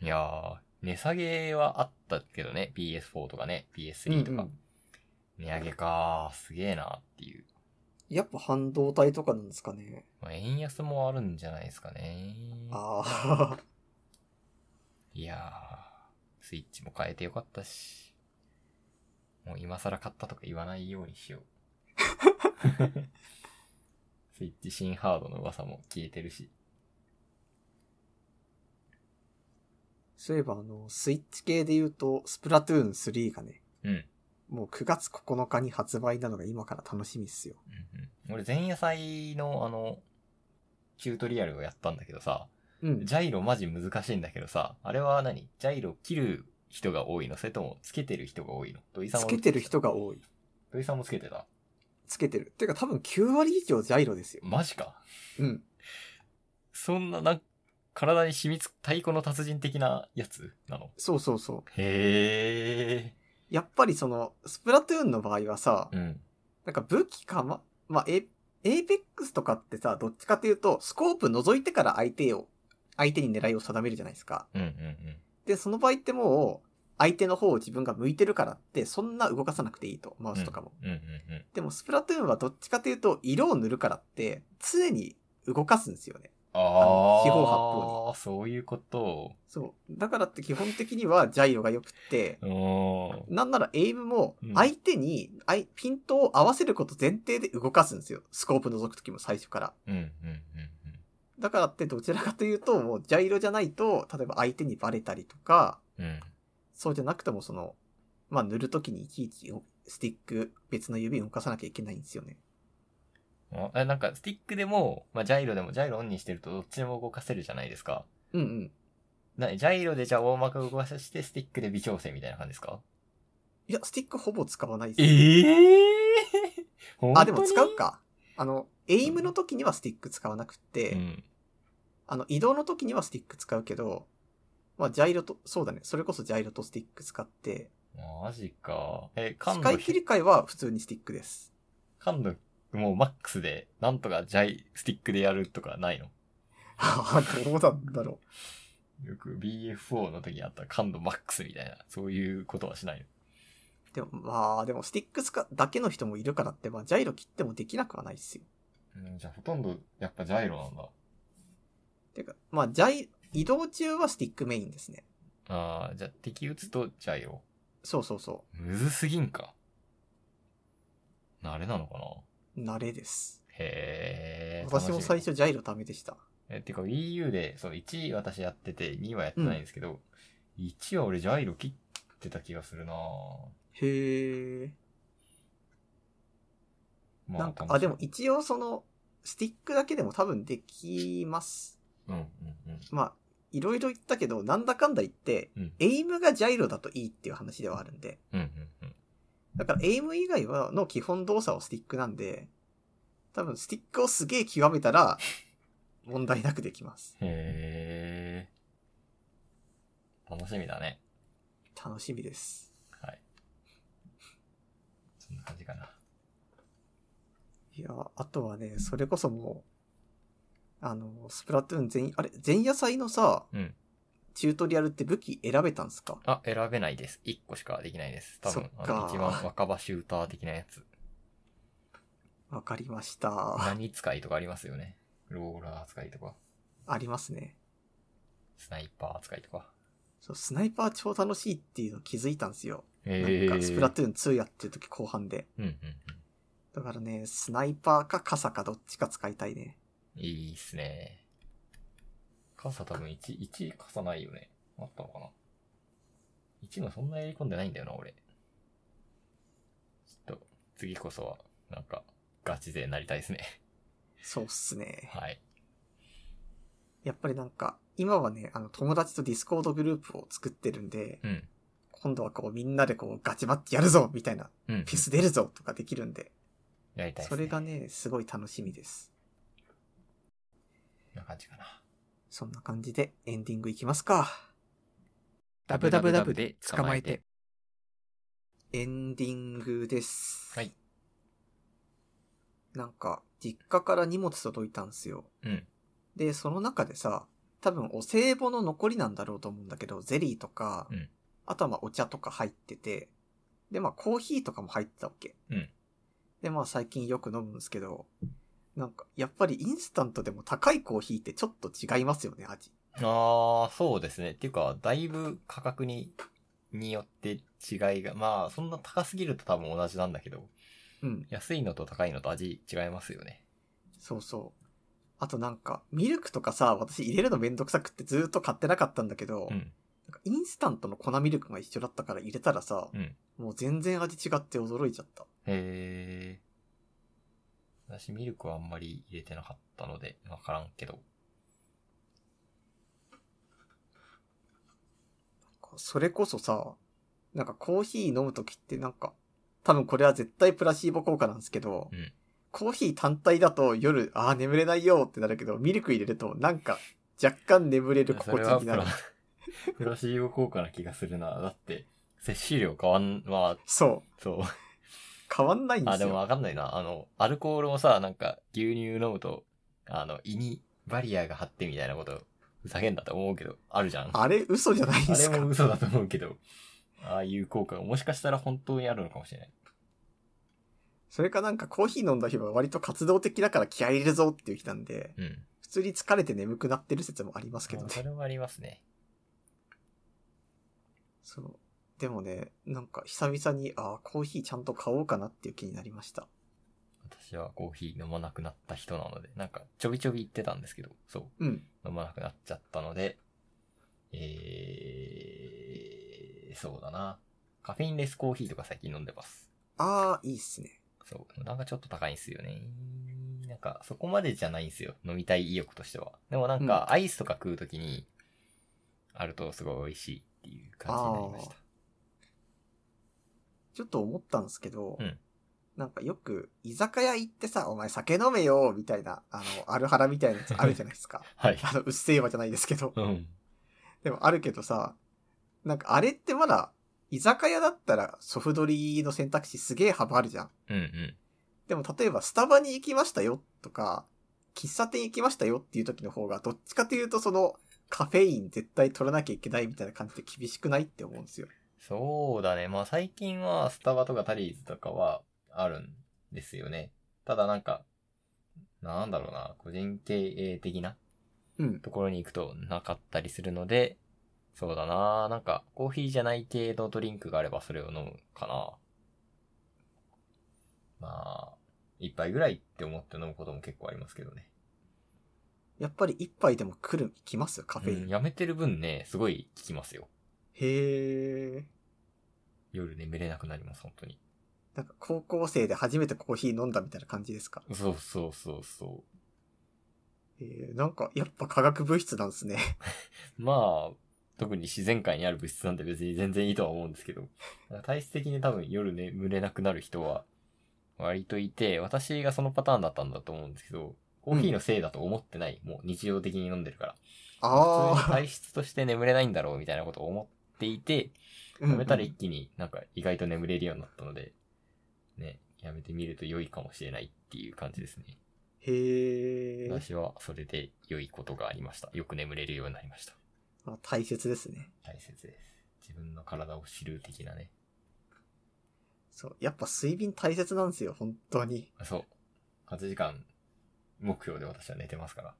S2: いやー、値下げはあったけどね、PS4 とかね、PS3 とか。
S1: うんうん
S2: 値上げかー、すげーなーっていう。
S1: やっぱ半導体とかなんですかね。
S2: まあ、円安もあるんじゃないですかね。
S1: ああ。
S2: いやー、スイッチも変えてよかったし。もう今更買ったとか言わないように しよう。スイッチ新ハードの噂も消えてるし。
S1: そういえばあの、スイッチ系で言うと、スプラトゥーン3がね、
S2: うん。うん
S1: もう9月9日に発売なのが今から楽しみっすよ。
S2: うん俺、前夜祭のあの、チュートリアルをやったんだけどさ、
S1: うん。
S2: ジャイロマジ難しいんだけどさ、あれは何ジャイロ切る人が多いのそれともつけてる人が多いの土井さん
S1: つ
S2: も
S1: けてる人が多い。
S2: 土井さんもつけてた。
S1: つけてる。てか多分9割以上ジャイロですよ。
S2: マジか。
S1: うん。
S2: そんな、なん、体に染みつく太鼓の達人的なやつなの
S1: そうそうそう。
S2: へ
S1: やっぱりその、スプラトゥーンの場合はさ
S2: ー。、うん。
S1: なんか武器かま、まあ、エ、エイペックスとかってさ、どっちかというと、スコープ覗いてから相手を、相手に狙いを定めるじゃないですか。
S2: うんうんうん。
S1: で、その場合ってもう、相手の方を自分が向いてるからって、そんな動かさなくていいと、マウスとかも。
S2: うんうんうん。
S1: でも、スプラトゥーンはどっちかというと、色を塗るからって、常に動かすんですよね。
S2: ああ。
S1: 四方八
S2: に。そういうこと。
S1: そう。だからって基本的にはジャイロが良くって、
S2: うーん。
S1: なんならエイムも
S2: うん、
S1: 相手に、あいピントを合わせること前提で動かすんですよ。スコープ覗くときも最初から。
S2: うんうんうんうん。
S1: だからってどちらかというと、もうジャイロじゃないと、例えば相手にバレたりとか、
S2: うん。
S1: そうじゃなくてもその、まあ塗るときにいちいちスティック、別の指を動かさなきゃいけないんですよね。
S2: あえなんか、スティックでも、まあ、ジャイロでも、ジャイロオンにしてるとどっちでも動かせるじゃないですか。
S1: うんうん。
S2: なジャイロでじゃあ大まか動かして、スティックで微調整みたいな感じですか
S1: いや、スティックほぼ使わないです。
S2: ええー、
S1: あ、でも使
S2: か
S1: うか。あの、エイムの時にはスティック使わなくて、
S2: うん。
S1: あの、移動の時にはスティック使うけど、まあ、ジャイロと、そうだね。それこそジャイロとスティック使って、
S2: マジか。え、
S1: 視
S2: 感度
S1: 界、切り替えは普通にスティックです。
S2: 感度、もうマックスで、なんとかジャイ、スティックでやるとかないの
S1: ああ、どうなんだろ
S2: よく BF4 の時にあった感度マックスみたいな、そういうことはしないの。
S1: う。でも、まあ、でも、スティック使だけの人もいるからって、まあ、ジャイロ切ってもできなくはないっすよ。
S2: うん、じゃあほとんど、やっぱジャイロなんだ。
S1: てか、まあ、ジャイ、移動中はスティックメインですね。
S2: ああ、じゃあ敵撃つとジャイロ。
S1: そうそうそ
S2: むずすぎんか。慣れなのかな
S1: う。慣れです。
S2: へえ。
S1: 私も最
S2: 楽しみ。
S1: 初ジャイロダメでした。
S2: え、てか Wii U で、そう、1私やってて、2はやってないんですけど、1は俺ジャイロ切ってた気がするなぁ
S1: へえ。
S2: ま
S1: なんか、
S2: 楽しみ
S1: あ、でも一応その、スティックだけでも多分できます。
S2: うんうんうん。
S1: まあ、いろいろ言ったけど、なんだかんだ言って、
S2: うん
S1: エイムがジャイロだといいっていう話ではあるんで。
S2: うんうんうん。
S1: だから、エイム以外は、の基本動作はスティックなんで、多分、スティックをすげえ極めたら、 問題なくできます。
S2: へえ。楽しみだね。
S1: 楽しみです。
S2: はい。そんな感じかな。
S1: いや、あとはね、それこそもう、あの、スプラトゥーン全、あれ、前夜祭のさ、
S2: うん
S1: チュートリアルって武器選べたんすか
S2: あ、選べないです。1個しかできないです。多分、
S1: そっ
S2: あ
S1: か
S2: の一番若葉シューター的なやつ。
S1: わかりました。
S2: 何使いとかありますよね。ローラー使いとか、
S1: ありますね。
S2: スナイパー使いとか。
S1: そう、スナイパー超楽しいっていうの気づいたんすよ。
S2: え
S1: なんか、スプラトゥーン2やってる時後半で。
S2: うんうん
S1: だからね、スナイパーか傘かどっちか使いたいね。
S2: うん。いいっすね。傘多分1、一傘ないよね。あったのかな ?1 のそんなやり込んでないんだよな、俺。ちょっと、次こそは、なんか、ガチ勢になりたいです ね。
S1: そうっすね。
S2: はい。
S1: やっぱりなんか、今はね、あの、友達とディスコードグループを作ってるんで、
S2: うん。
S1: 今度はこう、みんなでこう、ガチマッチやるぞみたいな、
S2: うん。
S1: ピス出るぞとかできるんで、
S2: やりたいっす
S1: そ
S2: ね。
S1: れがね、すごい楽しみです。
S2: こんな感じかな。
S1: そんな感じで、エンディングいきますか。
S2: ダブダブダブで捕まえて。
S1: エンディングです。
S2: はい。
S1: なんか、実家から荷物届いたんすよ。
S2: うん。
S1: で、その中でさ、多分お歳暮の残りなんだろうと思うんだけど、ゼリーとか、
S2: うん
S1: あとはまあお茶とか入ってて、でまあコーヒーとかも入ってたわけ。
S2: うん
S1: でまあ最近よく飲むんですけど、なんかやっぱりインスタントでも高いコーヒーってちょっと違いますよね、味。
S2: ああ、そうですね。っていうか、だいぶ価格に、によって違いが、まあ、そんな高すぎると多分同じなんだけど、
S1: うん、
S2: 安いのと高いのと味違いますよね。
S1: そうそう。あとなんか、ミルクとかさ、私入れるのめんどくさくってずーっと買ってなかったんだけど、
S2: うん。
S1: なんかインスタントの粉ミルクが一緒だったから入れたらさ、
S2: うん
S1: もう全然味違って驚いちゃった。
S2: へえ。私、ミルクはあんまり入れてなかったので、わからんけど。
S1: それこそさ、なんかコーヒー飲むときってなんか、多分これは絶対プラシーボ効果なんですけど、
S2: うん
S1: コーヒー単体だと夜、ああ、眠れないよってなるけど、ミルク入れるとなんか若干眠れる
S2: それ
S1: 心
S2: は
S1: 地
S2: プ
S1: になる
S2: ラ。、 プラシーボ効果な気がするな。だって、摂取量変わん、まあ、
S1: そう。
S2: そう。
S1: 変わんないんで
S2: あ、
S1: す
S2: でも
S1: よ。
S2: わかんないな。あの、アルコールもさ、なんか、牛乳飲むと、あの、胃にバリアが張ってみたいなこと、ふざけんだと思うけど、あるじゃん。あ
S1: あれ嘘じゃないんです
S2: れも
S1: か
S2: 嘘だと思うけど、ああいう効果がもしかしたら本当にあるのかもしれない。
S1: それかなんかコーヒー飲んだ日は割と活動的だから気合い入れるぞっていう日なんで、
S2: うん。
S1: 普通に疲れて眠くなってる説もありますけど
S2: まあ
S1: ね
S2: そ。れもありますね。
S1: そう。でもね、なんか久々に、ああ、コーヒーちゃんと買おうかなっていう気になりました。
S2: 私はコーヒー飲まなくなった人なので、なんか、ちょびちょび言ってたんですけど、そう。
S1: うん。
S2: 飲まなくなっちゃったので、えー、そうだな。カフェインレスコーヒーとか最近飲んでます。
S1: ああ、いいっすね。
S2: そう。なんかちょっと高いんすよね。なんか、そこまでじゃないんすよ。飲みたい意欲としては。でもなんか、アイスとか食うときに、あるとすごい美味しいっていう感じになりました。
S1: ちょっと思ったんですけど、
S2: うん
S1: なんかよく居酒屋行ってさ、お前酒飲めよ、みたいな、あの、アルハラみたいなやつあるじゃないです か。
S2: はい。
S1: あの、うっせえわじゃないですけど。
S2: うん。
S1: でもあるけどさ、なんかあれってまだ、居酒屋だったらソフドリの選択肢すげえ幅あるじゃん。
S2: うんうん。
S1: でも例えばスタバに行きましたよとか、喫茶店行きましたよっていう時の方が、どっちかというとその、カフェイン絶対取らなきゃいけないみたいな感じで厳しくないって思うんですよ。
S2: そうだね。まあ最近は、スタバとかタリーズとかは、あるんですよね。ただなんか、なんだろうな、個人経営的な
S1: うん。
S2: ところに行くとなかったりするので、そうだななんか、コーヒーじゃない系のドリンクがあればそれを飲むかなまあ、一杯ぐらいって思って飲むことも結構ありますけどね。
S1: やっぱり一杯でも来る、来ますよ、カフェイン。
S2: うんやめてる分ね、すごい効きますよ。
S1: へえ。
S2: 夜眠れなくなります、本当に。
S1: なんか高校生で初めてコーヒー飲んだみたいな感じですか。
S2: そうそうそうそ
S1: へえ、なんかやっぱ化学物質なんですね。
S2: う。まあ、特に自然界にある物質なんて別に全然いいとは思うんですけど、なんか体質的に多分夜眠れなくなる人は割といて、私がそのパターンだったんだと思うんですけど、コーヒーのせいだと思ってない、もう日常的に飲んでるから。普通に
S1: ああ。
S2: 体質として眠れないんだろうみたいなことを思っていて、
S1: うん
S2: やめたら一気になんか意外と眠れるようになったので、ね、やめてみると良いかもしれないっていう感じですね。
S1: へえ。
S2: 私はそれで良いことがありました。よく眠れるようになりました。
S1: あ大切ですね。
S2: 大切です。自分の体を知る的なね。
S1: そう。やっぱ睡眠大切なんですよ、本当に。
S2: そう。8時間目標で私は寝てますから。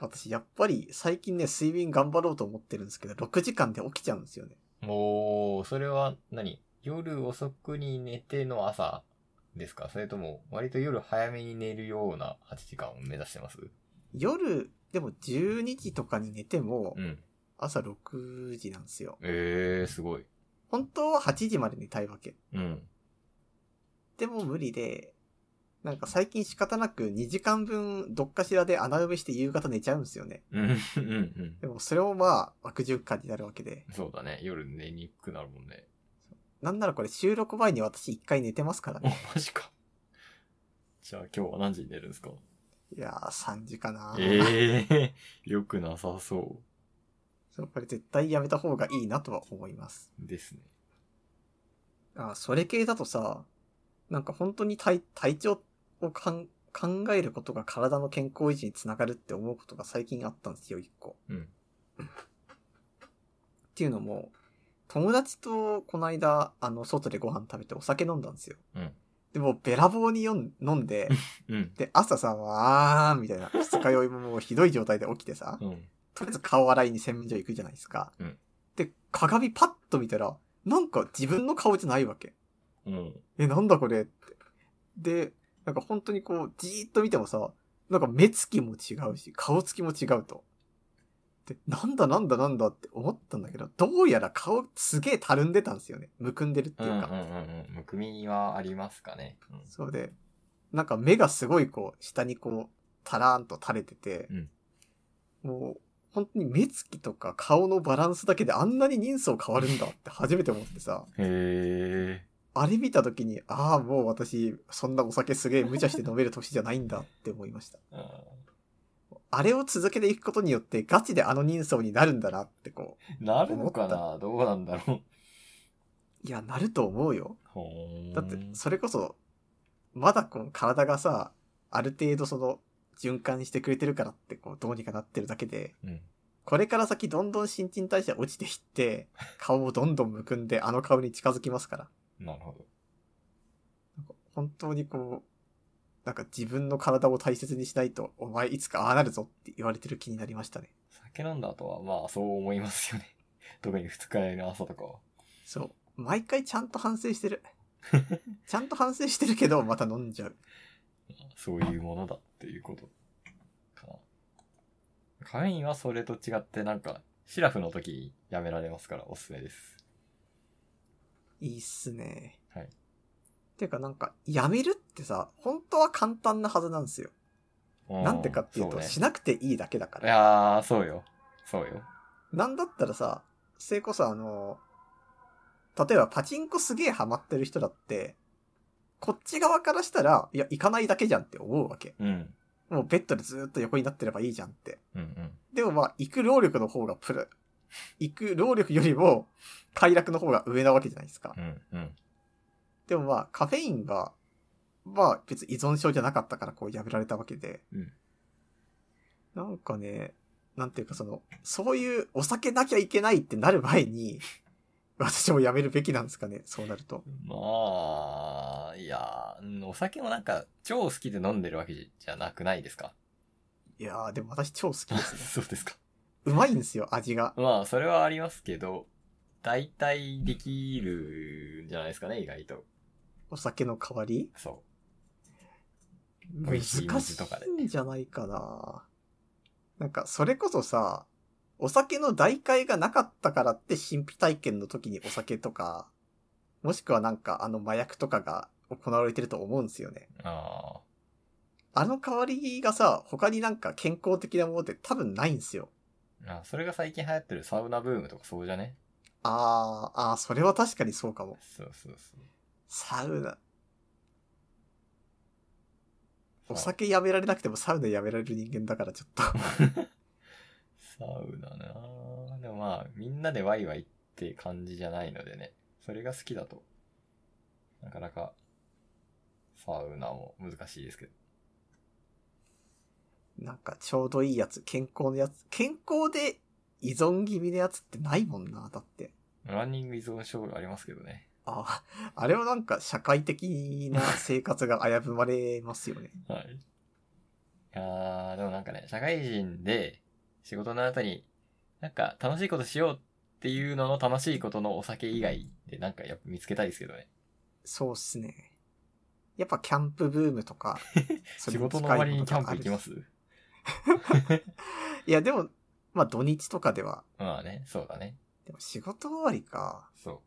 S1: 私、やっぱり最近ね、睡眠頑張ろうと思ってるんですけど、6時間で起きちゃうんですよね。
S2: おー、それは何夜遅くに寝ての朝ですかそれとも割と夜早めに寝るような8時間を目指してます
S1: 夜、でも12時とかに寝ても
S2: う、ん。
S1: 朝6時なんですよ。
S2: えー、すごい。
S1: 本当は8時まで寝たいわけ。
S2: うん。
S1: でも無理で、なんか最近仕方なく2時間分どっかしらで穴埋めして夕方寝ちゃうんですよね。
S2: うん、うん、うん。
S1: でもそれもまあ悪循環になるわけで。
S2: そうだね。夜寝にくくなるもんね。
S1: なんならこれ収録前に私1回寝てますから
S2: お
S1: ね。、
S2: マジか。じゃあ今日は何時に寝るんですか
S1: いやー3時かな
S2: ええー、 よくなさそ
S1: そうこれ絶対やめた方がいいなとは思います。
S2: う。ですね。
S1: あー、それ系だとさ、なんか本当に体体調をかん考えることが体の健康維持につながるって思うことが最近あったんですよ、1個。
S2: うん。
S1: っていうのも、友達とこの間、あの、外でご飯食べてお酒飲んだんですよ。
S2: うん
S1: でも、べらぼうによん飲ん で、
S2: うん。
S1: で、朝さ、わーみたいな、二日酔いももうひどい状態で起きてさ、
S2: うん。
S1: とりあえず顔洗いに洗面所行くじゃないですか。
S2: うん
S1: で、鏡パッと見たら、なんか自分の顔じゃないわけ。
S2: うん。
S1: え、なんだこれって。で、なんか本当にこう、じーっと見てもさ、なんか目つきも違うし、顔つきも違うと。で、なんだなんだなんだって思ったんだけど、どうやら顔すげえたるんでたんですよね。むくんでるって
S2: う
S1: い
S2: ん。う。
S1: うんか。
S2: うん。むくみはありますかね。
S1: そうで、なんか目がすごいこう、下にこう、たらーんと垂れてて、
S2: うん
S1: もう、本当に目つきとか顔のバランスだけであんなに人相変わるんだって初めて思ってさ。
S2: へえ
S1: あれ見た時に、ああ、もう私、そんなお酒すげえ無茶して飲める年じゃないんだって思いました。
S2: ー。
S1: あれを続けていくことによって、ガチであの人相になるんだなってこ
S2: なるのかなどうなんだろう。
S1: う。いや、なると思うよ。
S2: ほーん
S1: だって、それこそ、まだこう、体がさ、ある程度その、循環してくれてるからって、こう、どうにかなってるだけで、
S2: うん。
S1: これから先どんどん新陳代謝落ちていって、顔もどんどんむくんで、あの顔に近づきますから。
S2: なるほど。
S1: 本当にこう、なんか自分の体を大切にしないと、お前いつかああなるぞって言われてる気になりましたね。
S2: 酒飲んだ後は、まあ、そう思いますよね。 特に二日酔いの朝とかは。
S1: そう。毎回ちゃんと反省 してる。ちゃんと反省してるけど、また飲んじゃう。
S2: そういうものだっていうことかな。カフェインはそれと違ってなんか、シラフの時やめられますからおすすめです。
S1: いいっすね。
S2: はい。
S1: ていうかなんか、やめるってさ、本当は簡単なはずなんですよ。
S2: う
S1: なんてかっていう
S2: そ
S1: と、
S2: ね
S1: しなくていいだけだか
S2: い
S1: ら。
S2: やー、そうよ。そうよ。
S1: なんだったらさ、それこそあの、例えばパチンコすげえハマってる人だって、こっち側からしたら、いや、行かないだけじゃんって思うわけ。
S2: うん。うん
S1: もうベッドでずーっと横になってればいいじゃんって。
S2: うん。
S1: でもまあ、行く労力の方がプラ、行く労力よりも快楽の方が上なわけじゃないですか
S2: う。んうん。
S1: でもまあ、カフェインが、まあ別に依存症じゃなかったからこうやめられたわけで。
S2: うん
S1: なんかね、なんていうかその、そういうお酒なきゃいけないってなる前に、私もやめるべきなんですかね、そうなると。
S2: まあ、いやー、うんお酒もなんか、超好きで飲んでるわけじゃなくないですか。
S1: いやー、でも私超好きですね。
S2: そうですか。
S1: うまいんですよ、味が。
S2: まあ、それはありますけど、大体できるんじゃないですかね、意外と。
S1: お酒の代わり
S2: そ美
S1: 難
S2: 味し
S1: し
S2: い水とかで
S1: いんじゃないかな。なんか、それこそさ、お酒の代替がなかったからって神秘体験の時にお酒とか、もしくはなんかあの麻薬とかが行われてると思うんですよね。
S2: う。あ
S1: あの代わりがさ、他になんか健康的なものって多分ないんすよ。
S2: ーあ。それが最近流行ってるサウナブームとかそうじゃね
S1: あー、あーそれは確かにそうかも。
S2: そうそうそう。
S1: サウナ。お酒やめられなくてもサウナやめられる人間だからちょっと。
S2: サウナなぁでもまあ、みんなでワイワイって感じじゃないのでね。それが好きだと。なかなか、サウナも難しいですけど。
S1: なんかちょうどいいやつ、健康のやつ。健康で依存気味のやつってないもんな、だって。
S2: ランニング依存症ありますけどね。
S1: あ あ、あれはなんか社会的な生活が危ぶまれますよね。
S2: はい。いやー、でもなんかね、社会人で仕事の後に、なんか楽しいことしようっていうのの楽しいことのお酒以外でなんかやっぱ見つけたいですけどね。
S1: そうっすね。やっぱキャンプブームとか、そ
S2: 仕
S1: れに近
S2: 事
S1: い
S2: の
S1: も
S2: 終わりにキャン
S1: とかあ
S2: プ行
S1: る
S2: き
S1: し
S2: ます
S1: いや、でも、まあ土日とかでは、
S2: まあね、そうだね。
S1: でも仕事終わりか、
S2: そう。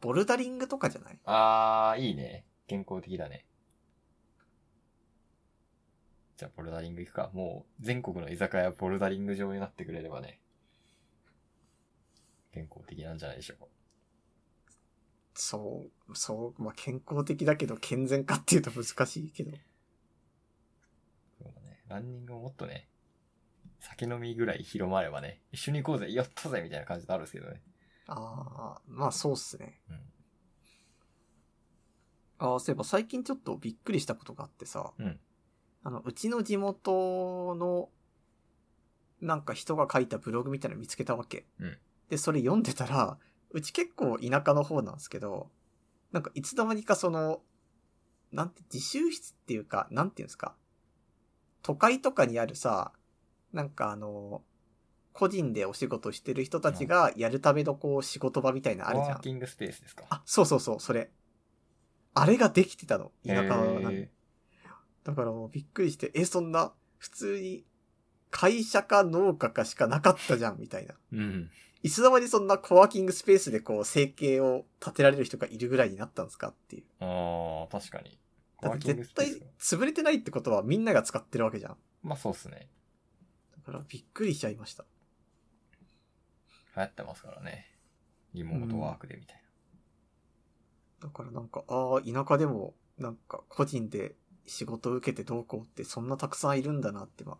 S1: ボルダリングとかじゃない
S2: あー、いいね。健康的だね。じゃあ、ボルダリング行くか。もう、全国の居酒屋ボルダリング場になってくれればね。健康的なんじゃないでしょうか。
S1: そう、そう、まあ健康的だけど健全かっていうと難しいけど。
S2: そうだね。ランニングをもっとね、酒飲みぐらい広まればね、一緒に行こうぜ、やったぜみたいな感じになるんですけどね。
S1: ああ、まあそうっすね。
S2: うん。
S1: ああ、そういえば最近ちょっとびっくりしたことがあってさ、
S2: うん
S1: あの、うちの地元の、なんか人が書いたブログみたいなの見つけたわけ。
S2: うん
S1: で、それ読んでたら、うち結構田舎の方なんですけど、なんかいつの間にかその、なんて、自習室っていうか、なんていうんですか。都会とかにあるさ、なんかあの、個人でお仕事してる人たちがやるためのこう仕事場みたいなのあるじゃ
S2: ワ
S1: ん
S2: ー。キングスペースですか。
S1: あ、そうそうそう、それ。あれができてたの。田舎のなんか
S2: へ
S1: だからもうびっくりして、え、そんな、普通に、会社か農家かしかなかったじゃん、みたいな。
S2: ーうん。
S1: いつの間にそんなコワーキングスペースでこう、生計を立てられる人がいるぐらいになったんですかっていう。
S2: ああ、確かに。
S1: だ
S2: ワ
S1: っ
S2: ー
S1: て
S2: キング
S1: 絶
S2: スペ
S1: 対
S2: ースか。
S1: 潰れてないってことはみんなが使ってるわけじゃん。
S2: まあそうっすね。
S1: だからびっくりしちゃいました。
S2: 流行ってますからね。リモートワークでみたい
S1: だからなんか、ああ、田舎でも、なんか個人で仕事を受けてどうこうってそんなたくさんいるんだなって、まあ、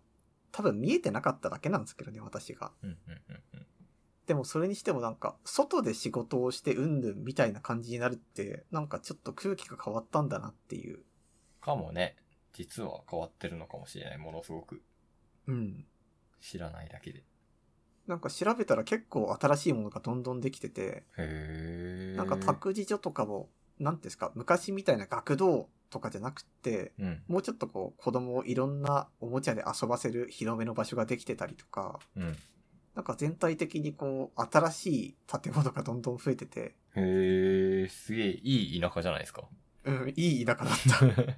S1: 多分見えてなかっただけなんですけどね、私が。
S2: な。うんうんうんうん。
S1: でもそれにしてもなんか、外で仕事をしてうんぬんみたいな感じになるって、なんかちょっと空気が変わったんだなっていう。
S2: かもね、実は変わってるのかもしれない。ものすごく
S1: うん。
S2: 知らないだけで。
S1: なんか調べたら結構新しいものがどんどんできてて、
S2: へえ。
S1: なんか託児所とかも、なんていうんですか、昔みたいな学童とかじゃなくって、
S2: うん。
S1: もうちょっとこう、子供をいろんなおもちゃで遊ばせる広めの場所ができてたりとか、
S2: うん。
S1: なんか全体的にこう、新しい建物がどんどん増えてて、
S2: へえ、すげえいい田舎じゃないで すか。
S1: うん、いい田舎だ った。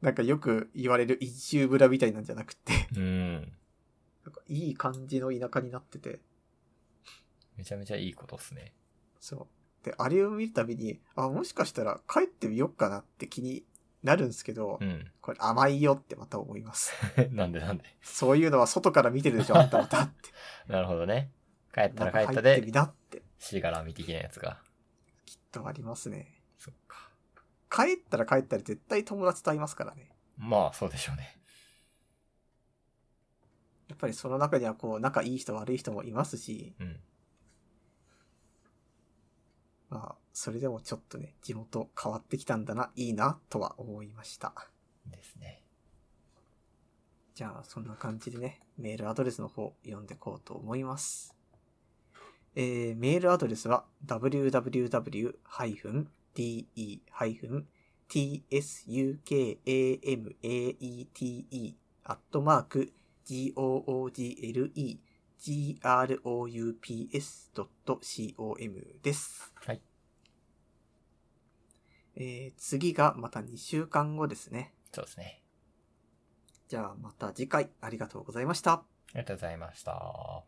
S1: なんかよく言われる一周村みたいなんじゃなくて、
S2: うん。
S1: なんかいい感じの田舎になってて、
S2: めちゃめちゃいいことっすね。
S1: そう。で、あれを見るたびに、あ、もしかしたら帰ってみよっかなって気になるんですけど、
S2: うん。
S1: これ甘いよってまた思います。
S2: なんでなんで。
S1: そういうのは外から見てるでしょ、あんたまたって。
S2: なるほどね。帰った
S1: な
S2: ら
S1: んか
S2: 帰っ
S1: 入
S2: た
S1: ってみ
S2: で、
S1: なって、
S2: しがらみ的なやつが。
S1: きっとありますね。
S2: そっか。
S1: 帰ったら帰ったら絶対友達と会いますからね。
S2: まあ、そうでしょうね。
S1: やっぱりその中にはこう、仲いい人悪い人もいますし、
S2: うん。
S1: まあ、それでもちょっとね、地元変わってきたんだな、いいな、とは思いました。
S2: ですね。
S1: じゃあ、そんな感じでね、メールアドレスの方読んでこうと思います。えー、メールアドレスは www-de-tsukamate.googlegroups.com です。
S2: はい。
S1: えー、次がまた2週間後ですね。
S2: そうですね。
S1: じゃあまた次回ありがとうございました。
S2: ありがとうございました。